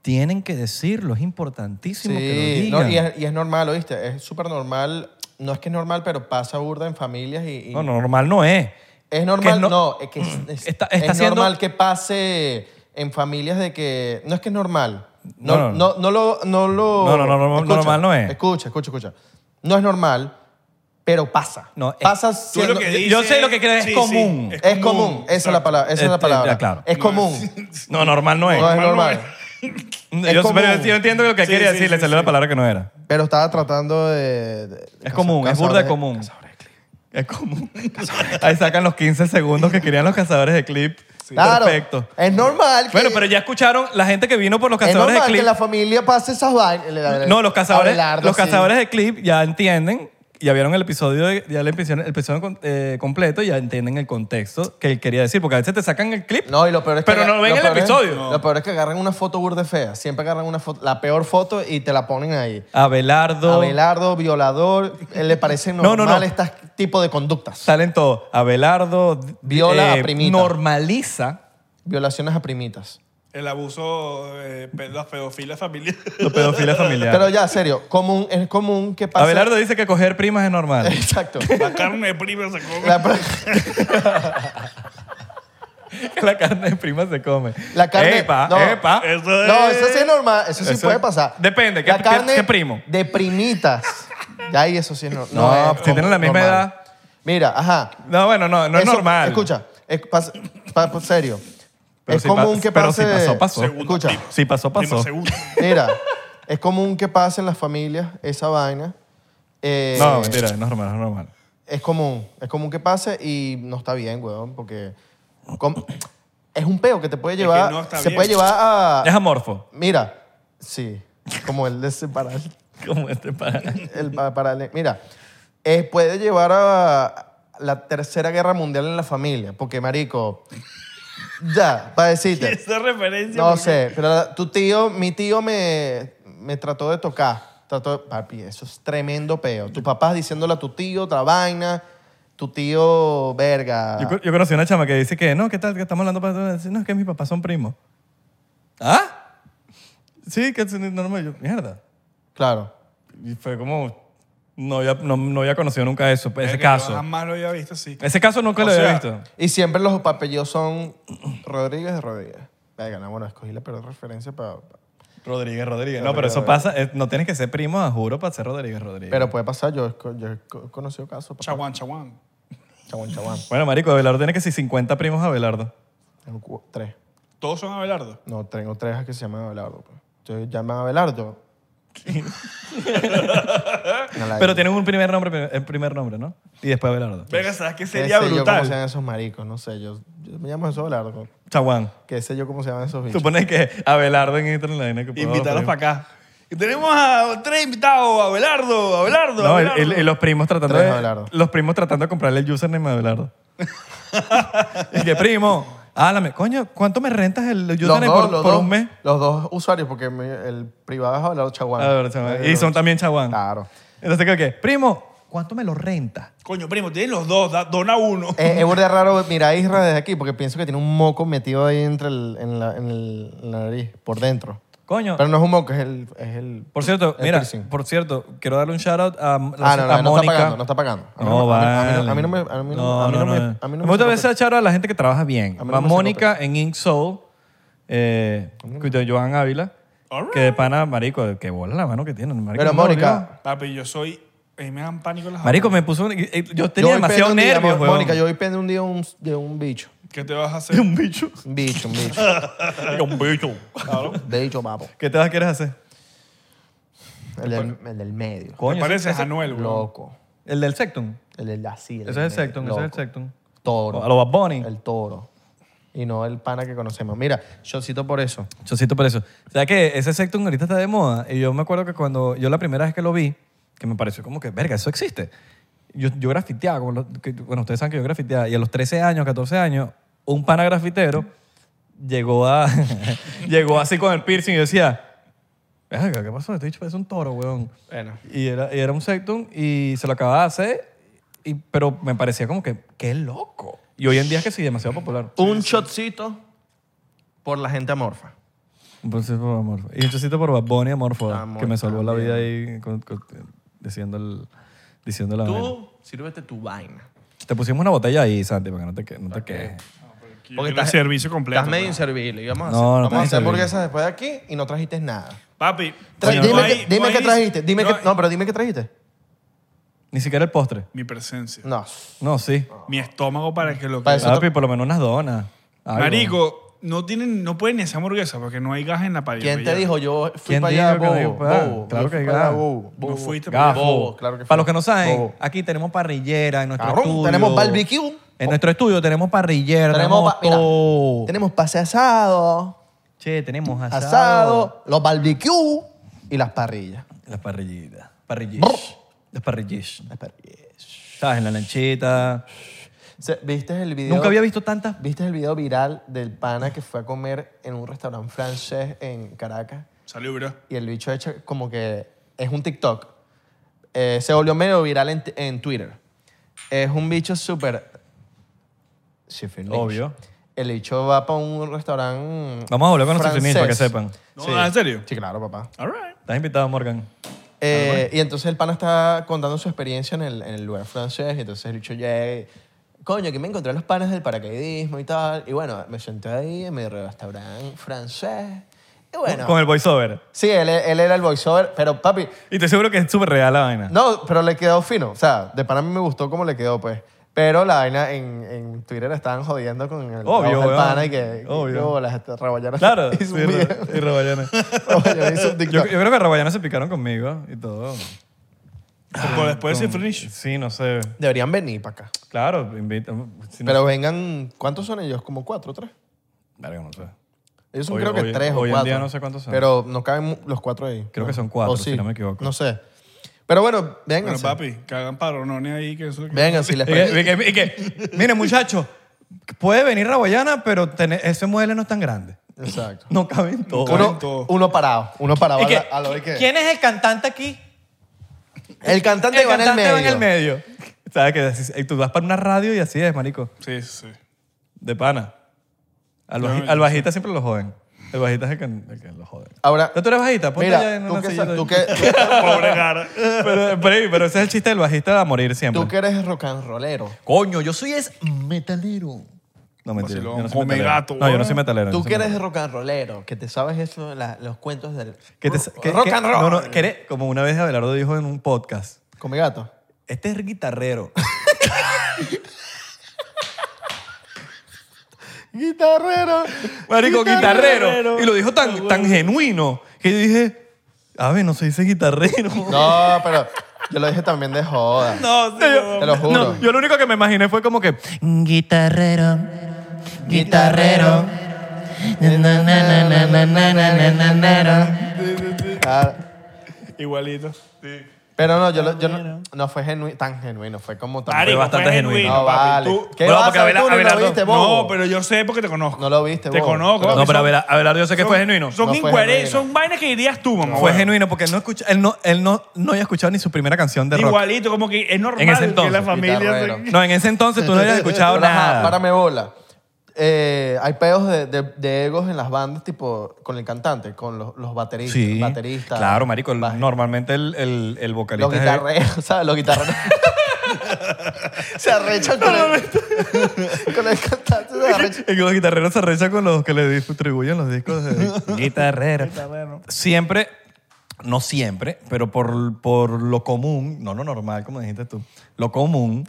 B: tienen que decirlo, es importantísimo que lo
A: Sí,
B: digan.
A: no, y, es, y es normal, ¿oíste? Es súper normal. No es que es normal, pero pasa burda en familias y... y-
B: No, no, normal no es.
A: Es normal,
B: que
A: no,
B: no-
A: es que es, es-
B: Está- está
A: es
B: haciendo-
A: normal que pase en familias de que... No es que es normal. No, no,
B: No, no,
A: no,
B: no.
A: lo... No, lo
B: No, no, no, no, no, normal no es.
A: Escucha, escucha, escucha. No es normal, pero pasa.
B: No, es-
A: pasa
C: Tú lo
A: siendo-
C: que
B: yo- yo
C: dices-
B: sé lo que crees, es común.
A: Es común, esa es la palabra. Esa es la
B: Este,
A: palabra.
B: ya, claro.
A: Es común.
B: No, normal no es.
A: No es normal.
C: normal.
A: es
B: yo,
A: común.
B: pero yo entiendo lo que
C: Sí,
B: quería
C: sí,
B: decir, le
C: sí,
B: salió
C: sí.
B: la palabra que no era.
A: Pero estaba tratando de. de- ¿eh?
B: Es
A: casa-
B: común, es
A: cazadores
B: burda de
A: de-
B: común. Es común. Ahí sacan los 15 segundos que querían los cazadores de clip.
A: Claro.
B: Perfecto.
A: Es normal. Que,
B: Bueno, pero ya escucharon la gente que vino por los
A: Es
B: cazadores de
A: normal
B: clip.
A: que la familia pase esas vainas.
B: No, los cazadores,
A: Abelardo,
B: los
A: sí.
B: cazadores de clip ya entienden ya vieron el episodio, de- ya el episodio, el episodio con- eh, completo y ya entienden el contexto que él quería decir. Porque a veces te sacan el clip.
A: No, y lo peor es que.
B: Pero no ven
A: lo
B: el
A: peor es-
B: episodio. No.
A: Lo peor es que agarran una foto burde fea. Siempre agarran una foto, la peor foto y te la ponen ahí.
B: Abelardo.
A: Abelardo, violador, eh, le parece
B: No, no,
A: normal
B: no.
A: este tipo de conductas.
B: Salen todos. Abelardo. d-
A: Viola a primita.
B: Normaliza
A: Violaciones a primitas.
E: El abuso, eh, pe- la pedofilia familiar.
B: los pedofiles familiares.
A: Pero ya, serio, común, es común que pase.
B: Abelardo dice que coger primas es normal.
A: Exacto.
E: La carne de prima se come.
A: La, pro-
B: que la carne de prima se come.
A: La carne-
B: Epa,
A: no.
B: epa.
E: Eso es-
A: no, eso sí es normal, eso sí
B: Eso-
A: puede pasar.
B: depende, ¿qué-
A: La
B: qué-
A: carne
B: qué primo?
A: De primitas. Ya ahí eso sí es normal.
B: No, si tienen la misma edad.
A: Mira, ajá.
B: No, bueno, no, no es
A: Eso-
B: normal.
A: Escucha, es, pas- pa- pa- serio.
B: Pero
A: es
B: si
A: común
B: pa-
A: que
B: pero
A: pase.
B: si pasó, pasó.
E: Segundo
A: Escucha,
E: primo.
B: Si pasó,
E: Prima
B: pasó.
E: segunda.
A: mira, es común que pase en las familias esa vaina. Eh,
B: No, mentira, es normal, es normal.
A: Es común, es común que pase y no está bien, weón, porque com- es un peo que te puede llevar.
E: no está
A: se
E: bien.
A: puede llevar a.
B: Es amorfo.
A: Mira, sí, como el de separar.
B: Como este para.
A: El pa- paralel- Mira, eh, puede llevar a la tercera guerra mundial en la familia, porque marico, ya, para decirte,
E: Esa referencia.
A: no
E: porque-
A: sé, pero la- tu tío, mi tío me, me trató de tocar, trató, papi, eso es tremendo peo. Tu papá diciéndole a tu tío otra vaina, tu tío verga.
B: Yo, co- yo conocí una chama que dice que, no, ¿qué tal? Que estamos hablando para... Dice, No, es que mis papás son primos. ¿Ah? Sí, que es normal. Yo, mierda.
A: Claro.
B: Y fue como... No había, no, no había conocido nunca eso, pues, ese
E: Verga, yo
B: caso.
E: Jamás lo había visto así.
B: Ese caso nunca
E: O
B: lo había
E: sea,
B: visto.
A: Y siempre los apellidos son Rodríguez de Rodríguez. Verga, no, bueno, escogí la peor referencia para...
B: Rodríguez, Rodríguez. No, pero eso pasa. eh, No tienes que ser primo, ah, juro, para ser Rodríguez, Rodríguez.
A: Pero puede pasar, yo, he co- yo he co- conocido casos. papá.
E: Chaguán, chaguán.
A: Chabón, chabón.
B: Bueno, marico, Abelardo tiene que ser 50 primos Abelardo.
A: Tengo cu- tres.
E: Todos son Abelardo.
A: No, tengo tres que se llaman Abelardo. pues. Entonces llaman Abelardo. Una ladilla.
B: Pero tienen un primer nombre, prim- el primer nombre, ¿no? Y después Abelardo.
E: Venga, ¿sabes qué
A: ¿Qué
E: sería
A: sé yo cómo se
E: brutal?
A: llaman esos maricos? No sé, yo, yo me llamo eso Abelardo.
B: Chaguán.
A: ¿Qué sé yo cómo se llaman esos
B: Tú
A: bichos?
B: pones que Abelardo en Internet. que puedo-
E: Invitarlos para acá. Y tenemos a tres invitados, Abelardo, Abelardo.
B: No, el-
E: Abelardo.
B: el- y los primos tratando
A: Tres
B: de,
A: Abelardo.
B: los primos tratando de comprarle el username a Abelardo. y que primo, álame, coño, ¿cuánto me rentas el username por, por
A: dos,
B: un mes?
A: los dos usuarios, porque mi- el privado es Abelardo Chaguán.
B: A ver, chaguán. y son también Chaguán.
A: Claro.
B: Entonces, ¿qué? qué? Primo, ¿cuánto me lo renta?
E: Coño, primo, tienen los dos, da- dona uno.
A: Es, es burda raro mirar a Isra desde aquí porque pienso que tiene un moco metido ahí entre el- en, la, en el- en la nariz, por dentro.
B: Coño.
A: Pero no es un moco, es el... Es el
B: Por cierto,
A: el
B: mira,
A: piercing.
B: por cierto, quiero darle un shout out a, la-
A: Ah, no, no,
B: a
A: no está
B: Mónica.
A: pagando, no está pagando. A mí
B: No,
A: no- a mí- a mí no-
B: vale.
A: a mí no me- a mí no-
B: No,
A: a mí
B: no,
A: no me- a
B: no.
A: mí no
B: me
A: me
B: gusta
A: sacó
B: a veces echar a la gente que trabaja bien.
A: A mí no
B: Va
A: me sacó
B: Mónica en Ink Soul, eh,
A: Mm.
B: de Joan Ávila, que de pana, marico, que bola la mano que tiene. Marico,
A: Pero
B: me
A: Mónica,
B: dolió.
E: Papi, yo soy. A mí me dan pánico las
B: Marico, me puso... un- eh, eh, Yo tenía
A: hoy
B: demasiado
A: prendo un día,
B: nervios,
A: Mo-
B: weón.
A: Mónica, yo hoy prendo un día un, de un bicho.
E: ¿Qué te vas a hacer?
B: Un bicho.
A: Un bicho, un bicho.
B: un bicho.
A: de bicho, papo.
B: ¿Qué te vas a querer hacer?
A: El del, el del medio.
E: ¿Te
B: Coño,
E: pareces
B: ese-
E: a Noel, güey?
A: Loco.
B: El del Sectum.
A: El del así. el
B: Ese
A: del
B: es el
A: medio,
B: Sectum, ese es el
A: loco.
B: Sectum.
A: Toro.
B: A los Bad Bunny.
A: El toro. Y no el pana que conocemos. Mira, yo cito por eso.
B: Chocito por eso. O sea que ese Sectum ahorita está de moda. Y yo me acuerdo que cuando yo la primera vez que lo vi, que me pareció como que, verga, eso existe. Yo, yo grafiteaba, como lo- que- bueno, ustedes saben que yo grafiteaba, y a los 13 años, 14 años, un pana grafitero llegó a llegó así con el piercing y decía, verga, ¿qué pasó? Este bicho parece un toro, weón.
E: Bueno.
B: Y era, y era un Sectum y se lo acababa de hacer, y- pero me parecía como que, qué loco. Y hoy en día es que sí, demasiado popular.
A: Un shotcito por la gente amorfa.
B: Un chocito por Amorfo. Y un chocito por Bad Bunny Amorfo,
A: Amor,
B: que me salvó la vida ahí con- con- diciendo, el- diciendo la vaina.
A: Tú sírvete tu vaina.
B: Te pusimos una botella ahí, Santi, para que no te, que- no te quejes.
A: Porque
E: Porque el servicio completo. pues.
A: Estás medio
E: weón.
A: inservible. Y vamos a
B: No,
A: hacer,
B: no
A: vamos a
B: estás
A: hacer
B: inservible.
A: hamburguesas después de aquí y no trajiste nada.
E: Papi,
A: Tra-
E: no
A: dime
E: hay-
A: que- dime
E: no
A: qué
E: hay-
A: trajiste. Dime
E: no
A: que,
E: hay-
A: no, pero dime qué trajiste.
B: Ni siquiera el postre.
E: Mi presencia.
A: No.
B: No, sí.
E: Mi estómago para que lo
A: Para
E: que.
A: Ah. eso-
B: Papi, por lo menos unas donas. Algo.
E: Marico, no tienen, no pueden ni hacer hamburguesa porque no hay gas en la paella. pues
A: ¿Quién te dijo? Yo fui
B: ¿Quién
A: para allá,
B: dijo que no
A: bobo.
B: iba para allá?
A: bobo.
B: Claro
A: Yo fui
B: que
A: para allá,
B: iba.
A: bobo, bobo.
E: No fuiste para
B: Gafo.
E: allá.
A: Bobo, claro que fue.
B: Para los que no saben,
A: Bobo.
B: aquí tenemos parrillera en nuestro
A: Carrón,
B: estudio.
A: tenemos barbecue.
B: En nuestro estudio tenemos parrillera,
A: Tenemos,
B: tenemos,
A: pa- mira,
B: todo.
A: tenemos pase asado,
B: Che, tenemos
A: asado,
B: asado.
A: los barbecue y las parrillas.
B: Las parrillitas. Parrillitas. Las parrillish.
A: Espera.
B: ¿Sabes? En la lanchita.
A: Se- ¿Viste el video?
B: Nunca había visto tantas.
A: ¿Viste el video viral del pana que fue a comer en un restaurante francés en Caracas?
C: Salud, bro.
A: Y el bicho hecho como que es un TikTok. Eh, se volvió medio viral en, en Twitter. Es un bicho súper... Schiffer Lynch.
B: Obvio.
A: El bicho va para un restaurante
B: Vamos a volver con los
A: francés.
B: para que sepan.
C: No,
E: ah,
C: ¿en serio? Ah,
A: Sí, claro, papá.
C: All right.
B: Estás invitado, Morgan.
A: Eh,
C: pues.
A: y entonces el pana está contando su experiencia en el, en el lugar francés. Y entonces el bicho llega y, Coño, que me encontré los panes del paracaidismo y tal. Y bueno, me senté ahí en mi restaurante francés. Y bueno.
B: Con el voiceover.
A: Sí, él, él era el voiceover, pero papi,
B: Y te seguro que es súper real la vaina.
A: no, pero le quedó fino. O sea, de pana a mí me gustó cómo le quedó, pues. Pero la vaina en, en Twitter estaban jodiendo con el,
B: Obvio,
A: trabajo del
B: weón.
A: pana y que. oh,
B: Obvio.
A: las este,
B: Claro.
A: hizo un
B: sí,
A: video.
B: y Rabayana.
A: Rabayana hizo un
B: Yo,
A: TikTok.
B: yo creo que Rabayana se picaron conmigo y todo.
A: Ah,
C: Pero después de
B: Con-
C: Furnish.
B: Sí, no sé.
A: Deberían venir para acá.
B: Claro, invita. si no-
A: Pero vengan, ¿cuántos son ellos? ¿Como cuatro o tres?
B: Verga, no sé.
A: Ellos son
B: Hoy-
A: creo que
B: hoy-
A: tres o
B: hoy en
A: cuatro.
B: día no sé cuántos son.
A: Pero no caben mu- los cuatro ahí.
B: Creo que
A: ¿no?
B: son cuatro,
A: O
B: si no me equivoco.
A: No sé. Pero bueno, vengan.
C: Bueno, papi, que hagan paronones ahí, que eso es lo que-
A: Vengan, si les
B: Y que- y que- y que, miren, muchachos, puede venir Rabayana, pero ten- ese mueble no es tan grande.
A: Exacto.
B: No caben todos.
A: Uno, uno parado. Uno parado.
B: Y que,
A: a la- a la hora que-
B: ¿Quién es el cantante aquí?
A: El cantante,
B: el
A: va, en el
B: cantante
A: medio.
B: va en el medio. ¿Sabes que así- y tú vas para una radio y así es, marico.
C: Sí, sí. sí.
B: De pana. Al, baji- al bajista siempre lo joden. El bajista es el que, el que lo joden.
A: Ahora-
B: ¿Tú eres bajista? Ponte ya
A: Mira,
B: en
A: tú
B: una
A: que,
B: silla
A: sa-
B: de-
A: tú, que,
C: Pobre cara.
B: pero, pero- pero ese es el chiste del bajista a morir siempre.
A: tú que eres rock and rollero.
D: Coño, yo soy es metalero.
B: No, mentira.
C: Vacilón,
B: Yo no soy
C: Pues come
B: metalero.
C: gato, ¿eh?
B: no, yo no
C: weón.
B: soy metalero. yo
A: Tú
B: soy
A: que eres rock and rollero, que te sabes eso, la- los cuentos del
B: Que te-
A: ro-
B: que-
A: rock
B: que-
A: and roll.
B: No, no, que eres- como una vez Abelardo dijo en un podcast,
A: Con mi gato.
B: este es guitarrero.
A: Guitarrero.
B: Marico, guitarrero. Y lo dijo tan, tan genuino que yo dije, a ver, no se dice guitarrero.
A: No, pero yo lo dije también de joda.
B: No, sí, yo-
A: Te lo juro.
B: no, yo lo único que me imaginé fue como que,
F: Guitarrero, guitarrero, na na na na na na na na na na.
A: Claro.
C: Igualito. Sí.
A: Pero no, yo, lo- yo no, no fue genui- tan genuino, fue como tan...
B: Marico, bastante
C: fue
B: genuino,
A: no,
C: papi.
A: vale.
C: Tú-
A: ¿Qué
B: Bueno,
A: vas
B: porque
A: a
B: Abela-
A: tú no lo
B: Abelardo-
A: viste, bobo?
C: No, pero yo sé porque te conozco.
A: No lo viste,
C: Te
A: bobo.
C: conozco.
B: no,
C: papi,
B: pero
C: son-
B: Abela- Abelardo yo sé que fue genuino.
C: Son
A: No fue
C: incoherentes,
A: genuino.
C: son vainas que dirías tú, mamá.
B: fue
C: huevo.
B: genuino porque él no escucha, él no, él no, no había escuchado ni su primera canción de rock.
C: Igualito, como que es normal
B: En ese
C: que la
B: entonces,
C: familia...
A: guitarrero.
C: se-
B: No, en ese entonces tú no habías escuchado
A: Pero, ajá,
B: nada.
A: Párame bola. Eh, hay pedos de, de- de egos en las bandas, tipo con el cantante, con los, los bateristas.
B: Sí,
A: bateristas,
B: claro, marico. el-
A: baj-
B: Normalmente el, el, el vocalista
A: Los
B: es-
A: guitarreros, ¿sabes? Los guitarreros. se arrechan con el, con el cantante. Se arrechan.
B: Y que los guitarreros se recha con los que le distribuyen los discos de guitarrero. Siempre, no siempre, pero por, por lo común, no lo normal, como dijiste tú, lo común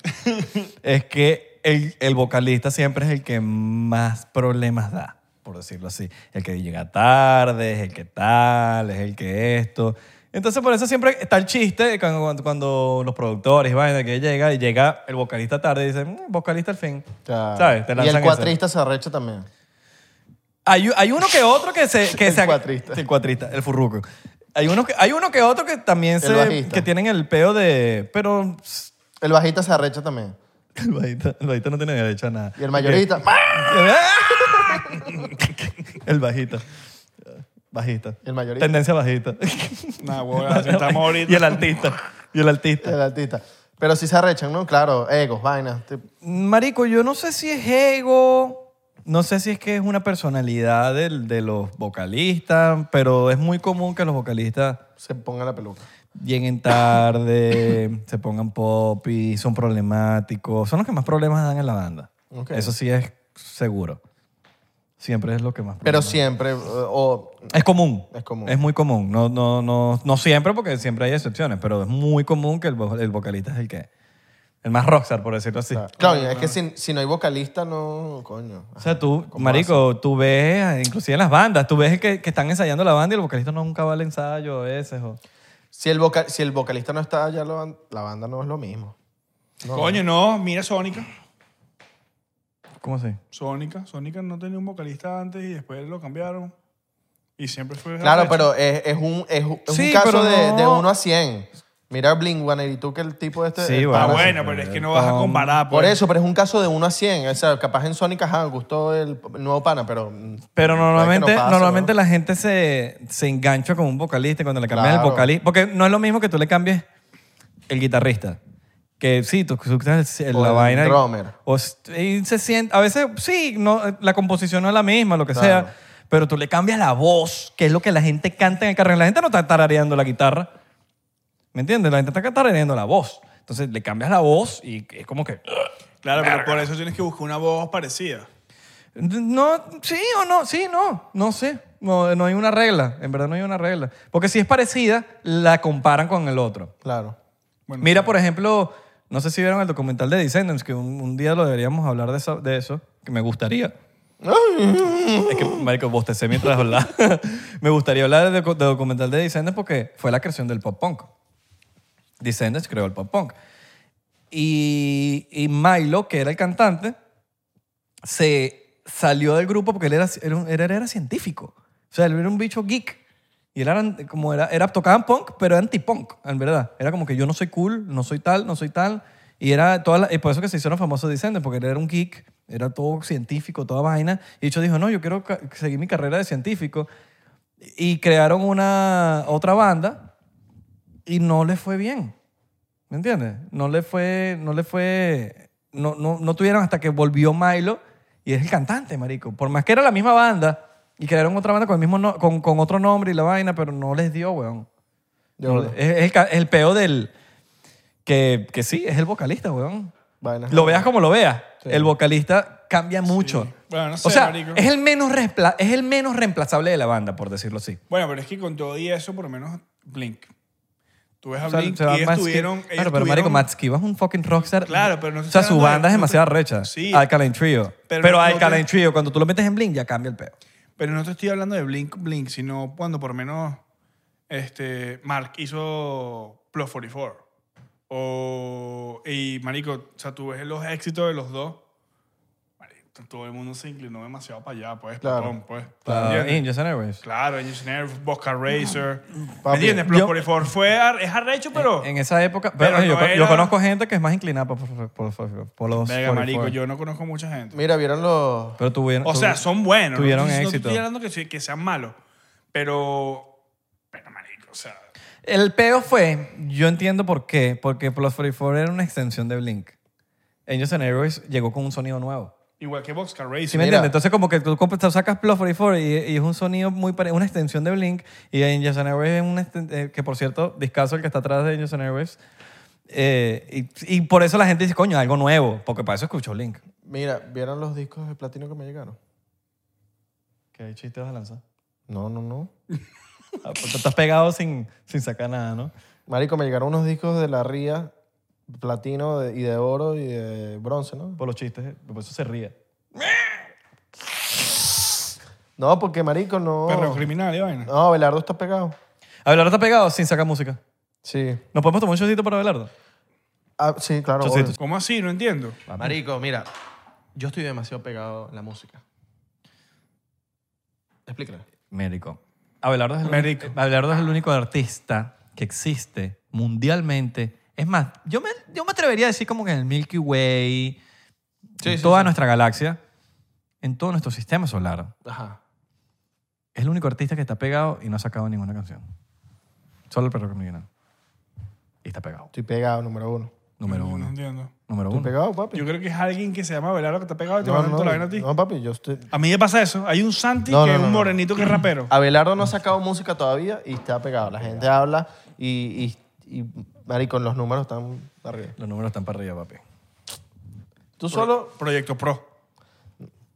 B: es que el, el vocalista siempre es el que más problemas da, por decirlo así. El que llega tarde, es el que tal, es el que esto. Entonces, por eso siempre está el chiste de cuando, cuando- cuando los productores van, de que llega y llega el vocalista tarde y dicen, "Mm, vocalista al fin. ¿Sabes? Te
A: y
B: lanzan
A: el
B: esa.
A: cuatrista se arrecha también.
B: Hay, hay uno que otro que se... Que
A: El
B: se-
A: cuatrista.
B: El cuatrista, el furruco. Hay uno que, hay uno que otro que también se...
A: bajista.
B: Que tienen el peo de... Pero...
A: El bajista se arrecha también.
B: El bajista, el bajista no tiene derecho a nada.
A: Y el mayorista.
B: El bajista. Bajista.
A: El mayorista.
B: Tendencia bajista.
C: Nah, huevo, así estamos ahorita.
B: Y el artista. Y el artista.
A: El artista. Pero sí se arrechan, ¿no? Claro, egos, vainas. tipo-
B: Marico, yo no sé si es ego, no sé si es que es una personalidad del- de los vocalistas, pero es muy común que los vocalistas
A: se ponga la peluca.
B: lleguen tarde, se pongan pop y son problemáticos. Son los que más problemas dan en la banda.
A: Ok.
B: Eso sí es seguro. Siempre es lo que más
A: Pero
B: problemas-
A: siempre, eh, o
B: es común.
A: Es común.
B: Es muy común. No, no, no, no siempre, porque siempre hay excepciones, pero es muy común que el, vo- el vocalista es el que. El más rockstar, por decirlo así.
A: Claro, es que si, si no hay vocalista, no, coño.
B: O sea, tú, marico, tú ves, ah, inclusive en las bandas, tú ves que, que están ensayando la banda y el vocalista nunca va al ensayo a veces. o-
A: Si el, voca- si el vocalista no está allá, la, ban- la banda no es lo mismo.
C: Coño, no, mira Sónica.
B: ¿Cómo así?
C: Sónica. Sónica no tenía un vocalista antes y después lo cambiaron. Y siempre fue...
A: Claro,
C: arrecho.
A: pero es, es un, es, un- es un
B: Sí,
A: caso
B: pero
A: de,
B: no.
A: de 1 a 100. Mira Blink One y tú que el tipo este. el
C: Ah,
A: pana-
C: bueno, pero es que no vas a comparar.
A: Por
C: pues.
A: eso, pero es un caso de 1 a 100. O sea, capaz en Sonic, ajá, gustó el el nuevo pana, pero. mm, no es que no
B: Pero normalmente,
A: pasa,
B: normalmente
A: ¿no?
B: la gente se, se engancha con un vocalista y cuando le cambias
A: Claro.
B: el vocalista. Porque no es lo mismo que tú le cambies el guitarrista. Que sí, tú escuchas el-
A: O
B: la
A: el
B: vaina. y-
A: drummer.
B: O s- y se siente. A veces sí, no, la composición no es la misma, lo que
A: Claro.
B: sea. Pero tú le cambias la voz, que es lo que la gente canta en el carril. La gente no está tarareando la guitarra. ¿Me entiendes? La gente está tarareando la voz. Entonces le cambias la voz y es como que.
C: Claro, pero por eso tienes que buscar una voz parecida.
B: No, sí o no, sí, no, no sé. No, no hay una regla, en verdad no hay una regla. Porque si es parecida, la comparan con el otro.
A: Claro.
B: Mira, por ejemplo, no sé si vieron el documental de Descendants, que un, un día lo deberíamos hablar de eso, de eso que me gustaría. es que, marico, bostecé mientras hablaba. me gustaría hablar del docu- del documental de Descendants porque fue la creación del pop punk. Descendants creó el pop punk. Y, y Milo, que era el cantante, se salió del grupo porque él era, era, un- era, era científico. O sea, él era un bicho geek. Y él era, como era, era, tocaban punk, pero era anti-punk, en verdad. Era como que yo no soy cool, no soy tal, no soy tal. Y era toda la- y por eso que se hicieron famosos Descendants, porque él era un geek, era todo científico, toda vaina. Y hecho dijo, no, yo quiero ca- seguir mi carrera de científico. Y crearon una, otra banda y no le fue bien. ¿Me entiendes? No le fue, no le fue, no, no, no tuvieron hasta que volvió Milo y es el cantante, marico. Por más que era la misma banda y crearon otra banda con, el mismo no- con, con otro nombre y la vaina, pero no les dio, weón.
A: Yo-
B: No, es, es el, ca- es el peo del, que, que sí, es el vocalista, weón.
A: Vainas.
B: Lo veas como lo veas, el vocalista cambia mucho.
C: Bueno, no sé,
B: o sea,
C: marico.
B: es el, menos reempla- es el menos reemplazable de la banda, por decirlo así.
C: Bueno, pero es que con todo y eso, por lo menos Blink. Tú ves a
B: O sea,
C: Blink
B: se va
C: y ellos
B: Matsky.
C: tuvieron...
B: Claro,
C: ellos
B: pero marico,
C: tuvieron-
B: Matt Skiba es un fucking rockstar.
C: Claro, pero no
B: O
C: se
B: sea,
C: está
B: su
C: dando-
B: banda es
C: no te-
B: demasiado recha.
C: Sí.
B: Alkaline Trio.
C: Pero
B: Pero,
C: no- no te-
B: Alkaline Trio, cuando tú lo metes en Blink, ya cambia el peo.
C: Pero no te estoy hablando de Blink Blink, sino cuando por lo menos este, Mark hizo Plus 44. O, y Marico, o sea, tú ves los éxitos de los dos. Marico, todo el mundo se inclinó demasiado para allá, pues.
A: Claro.
C: patón, pues.
B: Claro,
C: ¿Entiendes?
B: Indians and Airways.
C: Claro, Engineer, Bosca Racer. ¿Me
A: Papi,
C: entiendes? Plus
B: yo-
C: 44 fue, ar- es arrecho, pero...
B: En esa época.
C: Pero
B: Pero, yo,
C: no
B: yo
C: era-
B: conozco gente que es más inclinada por, por, por- por- por los.
C: Venga,
B: 44.
C: Marico, yo no conozco mucha gente.
A: Mira, vieron los.
B: Pero tuvieron.
C: O sea,
B: tuvi-
C: son buenos.
B: tuvieron
C: no, te- No te
B: éxito.
C: estoy hablando que, se- que sean malos, pero... Pero, Marico, o sea...
B: El peo fue. Yo entiendo por qué. Porque Plus 44 era una extensión de Blink. Angels and Airways llegó con un sonido nuevo.
C: Igual que Boxcar Racer.
B: ¿Sí me
A: Mira.
B: entiendes? Entonces como que tú compras- tú sacas Plus 44 y, y es un sonido muy parecido, una extensión de Blink y Angels and Airwaves es un esten- eh, que por cierto, discaso el que está atrás de Angels and Airwaves. Eh, y, y por eso la gente dice, coño, algo nuevo, porque para eso escucho Blink.
A: Mira, ¿vieron los discos de platino que me llegaron?
B: ¿Qué chiste vas a lanzar?
A: No, no, no.
B: Ah, pues tú estás pegado sin, sin sacar nada, ¿no?
A: Marico, me llegaron unos discos de la Ría, platino de- y de oro y de bronce, ¿no?
B: Por los chistes, por eso se ríe.
A: No, porque Marico no.
C: Perro criminal y vaina.
A: No, Belardo está pegado.
B: Abelardo está pegado sin sacar música.
A: Sí.
B: ¿Nos podemos tomar un chocito para Abelardo?
A: Ah, sí, claro.
B: Yo sí,
A: obvio.
C: ¿Cómo así? No entiendo.
A: Marico, mira, yo estoy demasiado pegado a la música. Explícale.
B: Mérico. Abelardo es el,
C: Mérico.
B: único- Abelardo es el único artista que existe mundialmente. Es más, yo me, yo me atrevería a decir como que en el Milky Way,
A: Sí,
B: en
A: sí,
B: toda
A: sí.
B: nuestra galaxia, en todo nuestro sistema solar,
A: Ajá.
B: es el único artista que está pegado y no ha sacado ninguna canción. Solo el perro criminal. Y está pegado.
A: Estoy pegado, número uno.
B: Número
A: Mm.
C: No
B: uno.
C: entiendo.
B: Número
A: Estoy
B: uno.
A: pegado, papi.
C: Yo creo que es alguien que se llama Belardo que está pegado y te va
A: no,
C: dando
A: no,
C: toda la vaina a ti.
A: no, papi, yo estoy.
C: A mí me pasa eso. Hay un Santi
A: No,
C: que
A: no,
C: es
A: no,
C: un
A: no.
C: morenito que es rapero.
A: Abelardo no ha sacado música todavía y está Mm. pegado. La gente habla y, y, y marico, los números están arriba.
B: Los números están para arriba, papi.
A: Tú solo,
C: Proyecto Pro.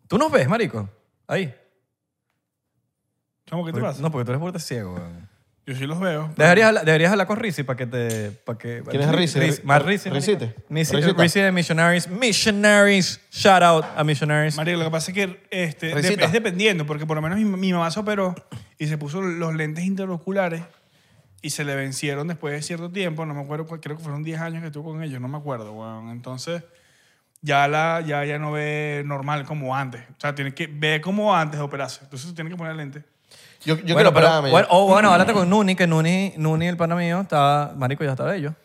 B: ¿Tú nos ves, marico? Ahí.
C: Chamo, ¿Qué te
B: Porque-
C: pasa?
B: No, porque tú eres burda ciego. weón.
C: Yo sí los veo.
B: Deberías hablar, deberías hablar con Rizzi para que te... Para que,
A: ¿Quién es Rizzi?
B: más Rizzi.
A: Rizzite.
B: marico. Misi-
A: Rizzita.
B: Rizzi de Missionaries. Missionaries. Shout out a Missionaries.
C: María, lo que pasa es que este, de-
A: Risita.
C: es dependiendo, porque por lo menos mi, mi mamá se operó y se puso los lentes interoculares y se le vencieron después de cierto tiempo. No me acuerdo, cuál- creo que fueron 10 años que estuvo con ellos, no me acuerdo, weón. Entonces, ya, la, ya, ya no ve normal como antes. O sea, tiene que ver como antes de operarse. Entonces, tiene que poner lentes.
A: Yo, yo
B: bueno,
A: quiero
B: pero,
A: Prada, me-
B: bueno, o bueno, háblate con Nuni, que Nuni, Nuni el pana mío, está, marico, ya está bello.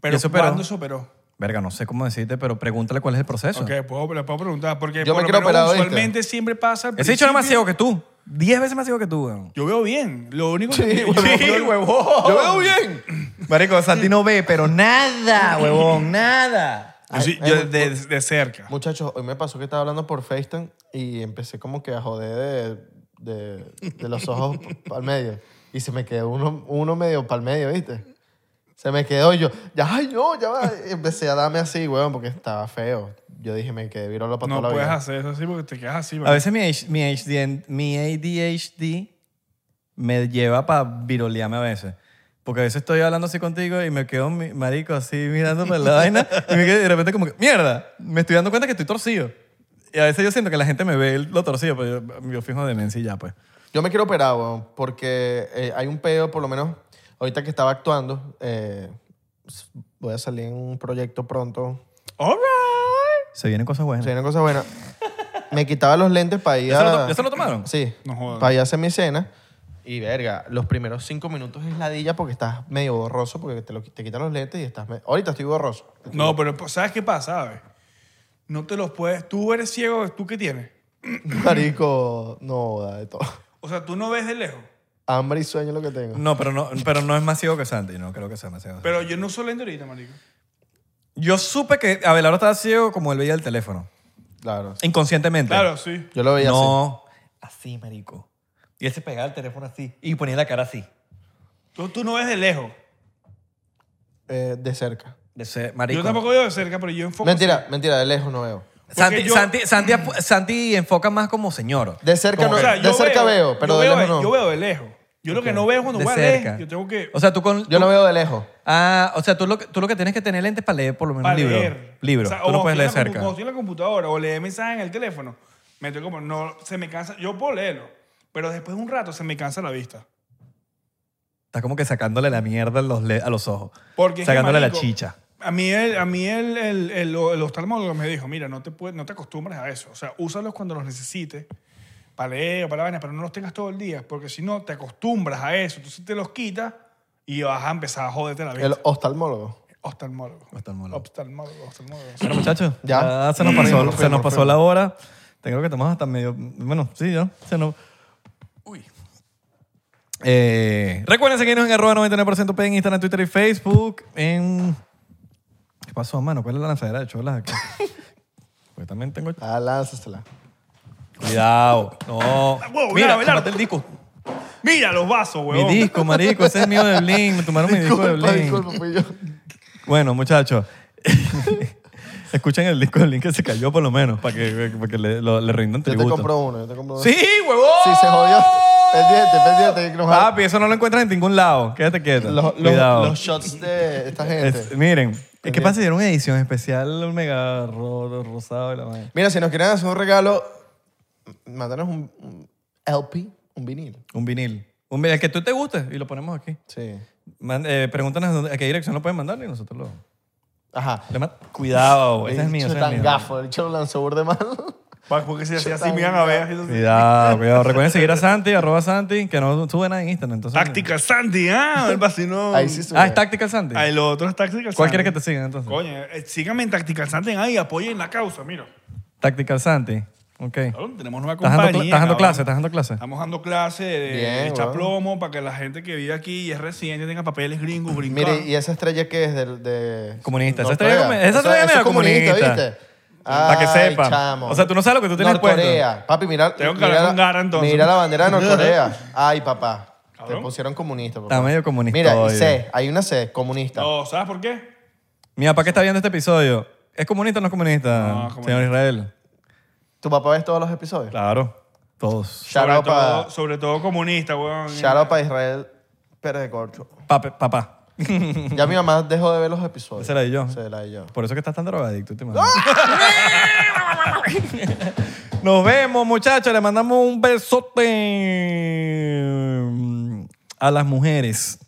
C: Pero
B: Y eso,
C: ¿cuándo se operó?
B: Verga, no sé cómo decirte, pero pregúntale cuál es el proceso.
C: Ok, puedo, le puedo preguntar. Porque
A: Yo
C: por
A: me
C: lo
A: quiero
C: menos
A: operar, ¿oíste?
C: usualmente siempre pasa. al
B: Ese dicho es más ciego
C: principio.
B: que tú. Diez veces más ciego que tú, weón.
C: Yo veo bien. Lo único
A: Sí,
C: que.
A: huevón. Yo veo bien.
B: Marico, Santi no ve, pero nada, huevón, nada.
C: Yo sí-
A: Ay,
C: yo
A: eh,
C: de, de cerca.
A: Muchachos, hoy me pasó que estaba hablando por FaceTime y empecé como que a joder de, de- de los ojos para el medio. Y se me quedó uno, uno medio para el medio, ¿viste? Se me quedó y yo, ya, ay, no, ya va. Y Empecé a darme así, weón, porque estaba feo. Yo dije, me quedé virolo para
C: No
A: toda la
C: puedes
A: vida.
C: hacer eso así porque te quedas así.
B: A
C: ¿verdad?
B: veces mi, H- mi, HDN mi ADHD me lleva para virolearme a veces. Porque a veces estoy hablando así contigo y me quedo mi- marico así mirando para la vaina y me quedo de repente como que, mierda, me estoy dando cuenta que estoy torcido. Y a veces yo siento que la gente me ve lo torcido, pero yo, yo fijo demencia y ya, pues.
A: Yo me quiero operar, weón, porque eh, hay un peo, por lo menos, ahorita que estaba actuando, eh, s- voy a salir en un proyecto pronto.
C: All right.
B: Se vienen cosas buenas.
A: Se vienen cosas buenas. Me quitaba los lentes para ir
B: ¿Ya se lo
A: a-
B: to- ya se lo tomaron?
A: Sí.
C: No jodas.
A: para ir a hacer mi cena. Y verga, los primeros cinco minutos es ladilla porque estás medio borroso, porque te, lo, qui- te quitan los lentes y estás... me- Ahorita estoy borroso.
C: No, pero pues, ¿sabes qué pasa? ¿Sabes? No te los puedes. Tú eres ciego, ¿tú qué tienes?
A: Marico, no, da de todo.
C: O sea, tú no ves de lejos.
A: Hambre y sueño es lo que tengo.
B: No, pero no, pero no es más ciego que Santi, no creo que sea más ciego.
C: Pero yo no uso lente ahorita, marico.
B: yo supe que Abelardo estaba ciego como él veía el teléfono.
A: Claro.
B: Inconscientemente.
C: Claro, sí.
A: Yo lo veía
B: No. Así, marico. Y él se pegaba el teléfono así y ponía la cara así.
C: Tú, tú no ves de lejos.
A: así, eh, de cerca.
B: De ser- marico.
C: Yo tampoco veo de cerca, pero yo enfoco.
A: Mentira, mentira, de lejos no veo.
B: Santi,
C: Porque yo-
B: Santi, Santi apu- Santi enfoca más como señor.
A: De cerca
C: Como
A: no,
C: que- o sea,
A: de
C: yo
A: cerca veo, pero
C: yo
A: de
C: veo,
A: lejos no.
C: Yo
A: Yo,
C: veo de lejos. Yo lo que no veo es cuando
B: de
C: voy a
B: cerca.
C: leer. Yo tengo que.
B: O sea, tú con... tú-
A: no veo de lejos.
B: Ah, o sea, tú lo, que, tú lo que tienes que tener lentes para leer por lo menos
C: para
B: un libro.
C: leer.
B: Libro.
C: O sea,
B: tú no
C: o
B: puedes leer
C: estoy en la compu-
B: cerca.
C: O estoy en la computadora o leer mensajes en el teléfono. Me estoy como, no, se me cansa. Yo puedo leerlo, pero después de un rato se me cansa la vista.
B: Estás como que sacándole la mierda a los, le- a los ojos.
C: Porque es que,
B: sacándole la
C: marico,
B: chicha.
C: A mí, el, a mí el, el, el- el oftalmólogo me dijo, mira, no te, puedes, no te acostumbres a eso. O sea, úsalos cuando los necesites, para leer o para la vaina, pero no los tengas todo el día, porque si no, te acostumbras a eso. Entonces te los quitas y vas a empezar a joderte la vida.
A: El oftalmólogo.
C: oftalmólogo.
B: Oftalmólogo.
C: Oftalmólogo, oftalmólogo.
B: Bueno, muchachos,
A: Ya.
B: ya, se nos
C: Mm,
B: pasó,
A: Fuimos,
B: se nos
A: fuimos,
B: pasó
A: fuimos.
B: la hora. Tengo que tomar hasta medio. Bueno, sí, ya. Se nos. Uy. Eh, recuerden seguirnos en arroba 99% P en Instagram, Twitter y Facebook. En... ¿Qué pasó, mano? ¿Cuál es la lanzadera de cholas aquí? Porque también tengo.
A: Ah, lánzasela.
B: Cuidado. No.
C: huevo,
B: Mira,
C: Abelardo.
B: tómate el disco.
C: Mira los vasos, huevón.
B: Mi disco, marico. Ese es mío de Blink. Me tomaron mi disco de
A: Disculpa,
B: Blink.
A: disculpa, fui yo.
B: Bueno, muchachos. Escuchen el disco de Link que se cayó por lo menos para que, para que le, lo- le rindan
A: Yo
B: tributo.
A: te compro uno, yo te compro uno.
B: ¡Sí, huevón!
A: Sí, se jodió. Pendiente, pendiente, que nos-
B: Papi, eso no lo encuentras en ningún lado. Quédate quieto.
A: Los, los-
B: Cuidado.
A: los shots de esta gente.
B: Es- miren, es que pasa, dieron una edición especial un mega ro- rosado y la madre.
A: Mira, si nos quieren hacer un regalo, mándanos un, un LP, un vinil.
B: Un vinil. Un vinil, el que tú te guste y lo ponemos aquí.
A: Sí.
B: Man- eh, pregúntanos dónde- a qué dirección lo pueden mandar y nosotros lo...
A: Ajá.
B: le man- Cuidado, ese es
A: El bicho
B: mío. Ese es
A: tan
B: mío. Mm.
A: gafo, el bicho lo lanzó burde mal.
C: Pa- Porque si hacía así, me iban a ver. haciendo así.
B: Cuidado, cuidado. Recuerden seguir a Santi, arroba Santi, que no sube nada en Instagram. Entonces,
C: Táctica Sandy, ah, el vacino.
A: Ahí sí sube.
B: Ah, es Tactical Santi.
C: Ah, el otro es Táctica
B: ¿Cuál
C: Sandy.
B: quieres que te sigan entonces?
C: Coño, eh, síganme en Tactical Sandy en ahí, apoyen la causa, mira.
B: Tactical Santi. Ok.
C: Cabrón, tenemos nueva
B: ¿Estás dando,
C: compañía.
B: cla- estás dando
C: cabrón.
B: clase? ¿Estás dando clase?
C: Estamos dando clases de
A: Bien,
C: chaplomo para que la gente que vive aquí y es residente tenga papeles gringos,
A: Mire,
C: gringados.
A: ¿y esa estrella qué es? Del- De,
B: Comunista.
A: Norcorea?
B: Esa estrella comu- esa
A: Eso-
B: estrella
A: eso
B: medio
A: es comunista,
B: comunista.
A: ¿viste?
B: Para que
A: Ay,
B: sepa.
A: chamo.
B: O sea, tú no sabes lo que tú tienes
A: Norcorea. Papi, mira,
C: Tengo que
A: mira
C: hablar
A: la-
C: con Gara, entonces.
A: mira la bandera de Norcorea. Ay, papá. Te
C: Cabrón.
A: pusieron comunista, papá.
B: Está medio comunista
A: Mira,
B: hoy.
A: y C, hay una C, comunista.
C: No, ¿sabes por qué?
B: Mi papá que está viendo este episodio, ¿es comunista o no es comunista,
C: No, es comunista.
B: señor Israel?
A: ¿Tu papá ves todos los episodios?
B: Claro. Todos.
A: Shout
C: sobre,
A: out para
C: todo, sobre todo comunista, weón.
A: Israel Pérez de Corcho.
B: Pape- papá.
A: Ya mi mamá dejó de ver los episodios.
B: Se la di yo.
A: Se la di yo.
B: Por eso que estás tan drogadicto, te imaginas. Nos vemos, muchachos. Le mandamos un besote mm, a las mujeres.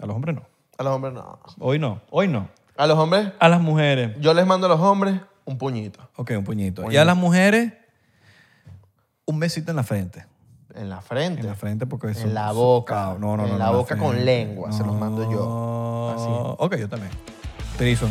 B: A los hombres no.
A: A los hombres no.
B: Hoy no. Hoy no.
A: A los hombres,
B: A las mujeres.
A: yo les mando a los hombres un puñito.
B: Ok, un puñito. Y a las mujeres, un besito en la frente.
A: En la frente.
B: En la frente porque eso...
A: En la boca.
B: Cao- No, no, no.
A: en
B: no,
A: la boca con
B: frente.
A: lengua, se los mando yo. Así.
B: No. Ok, yo también. Trison.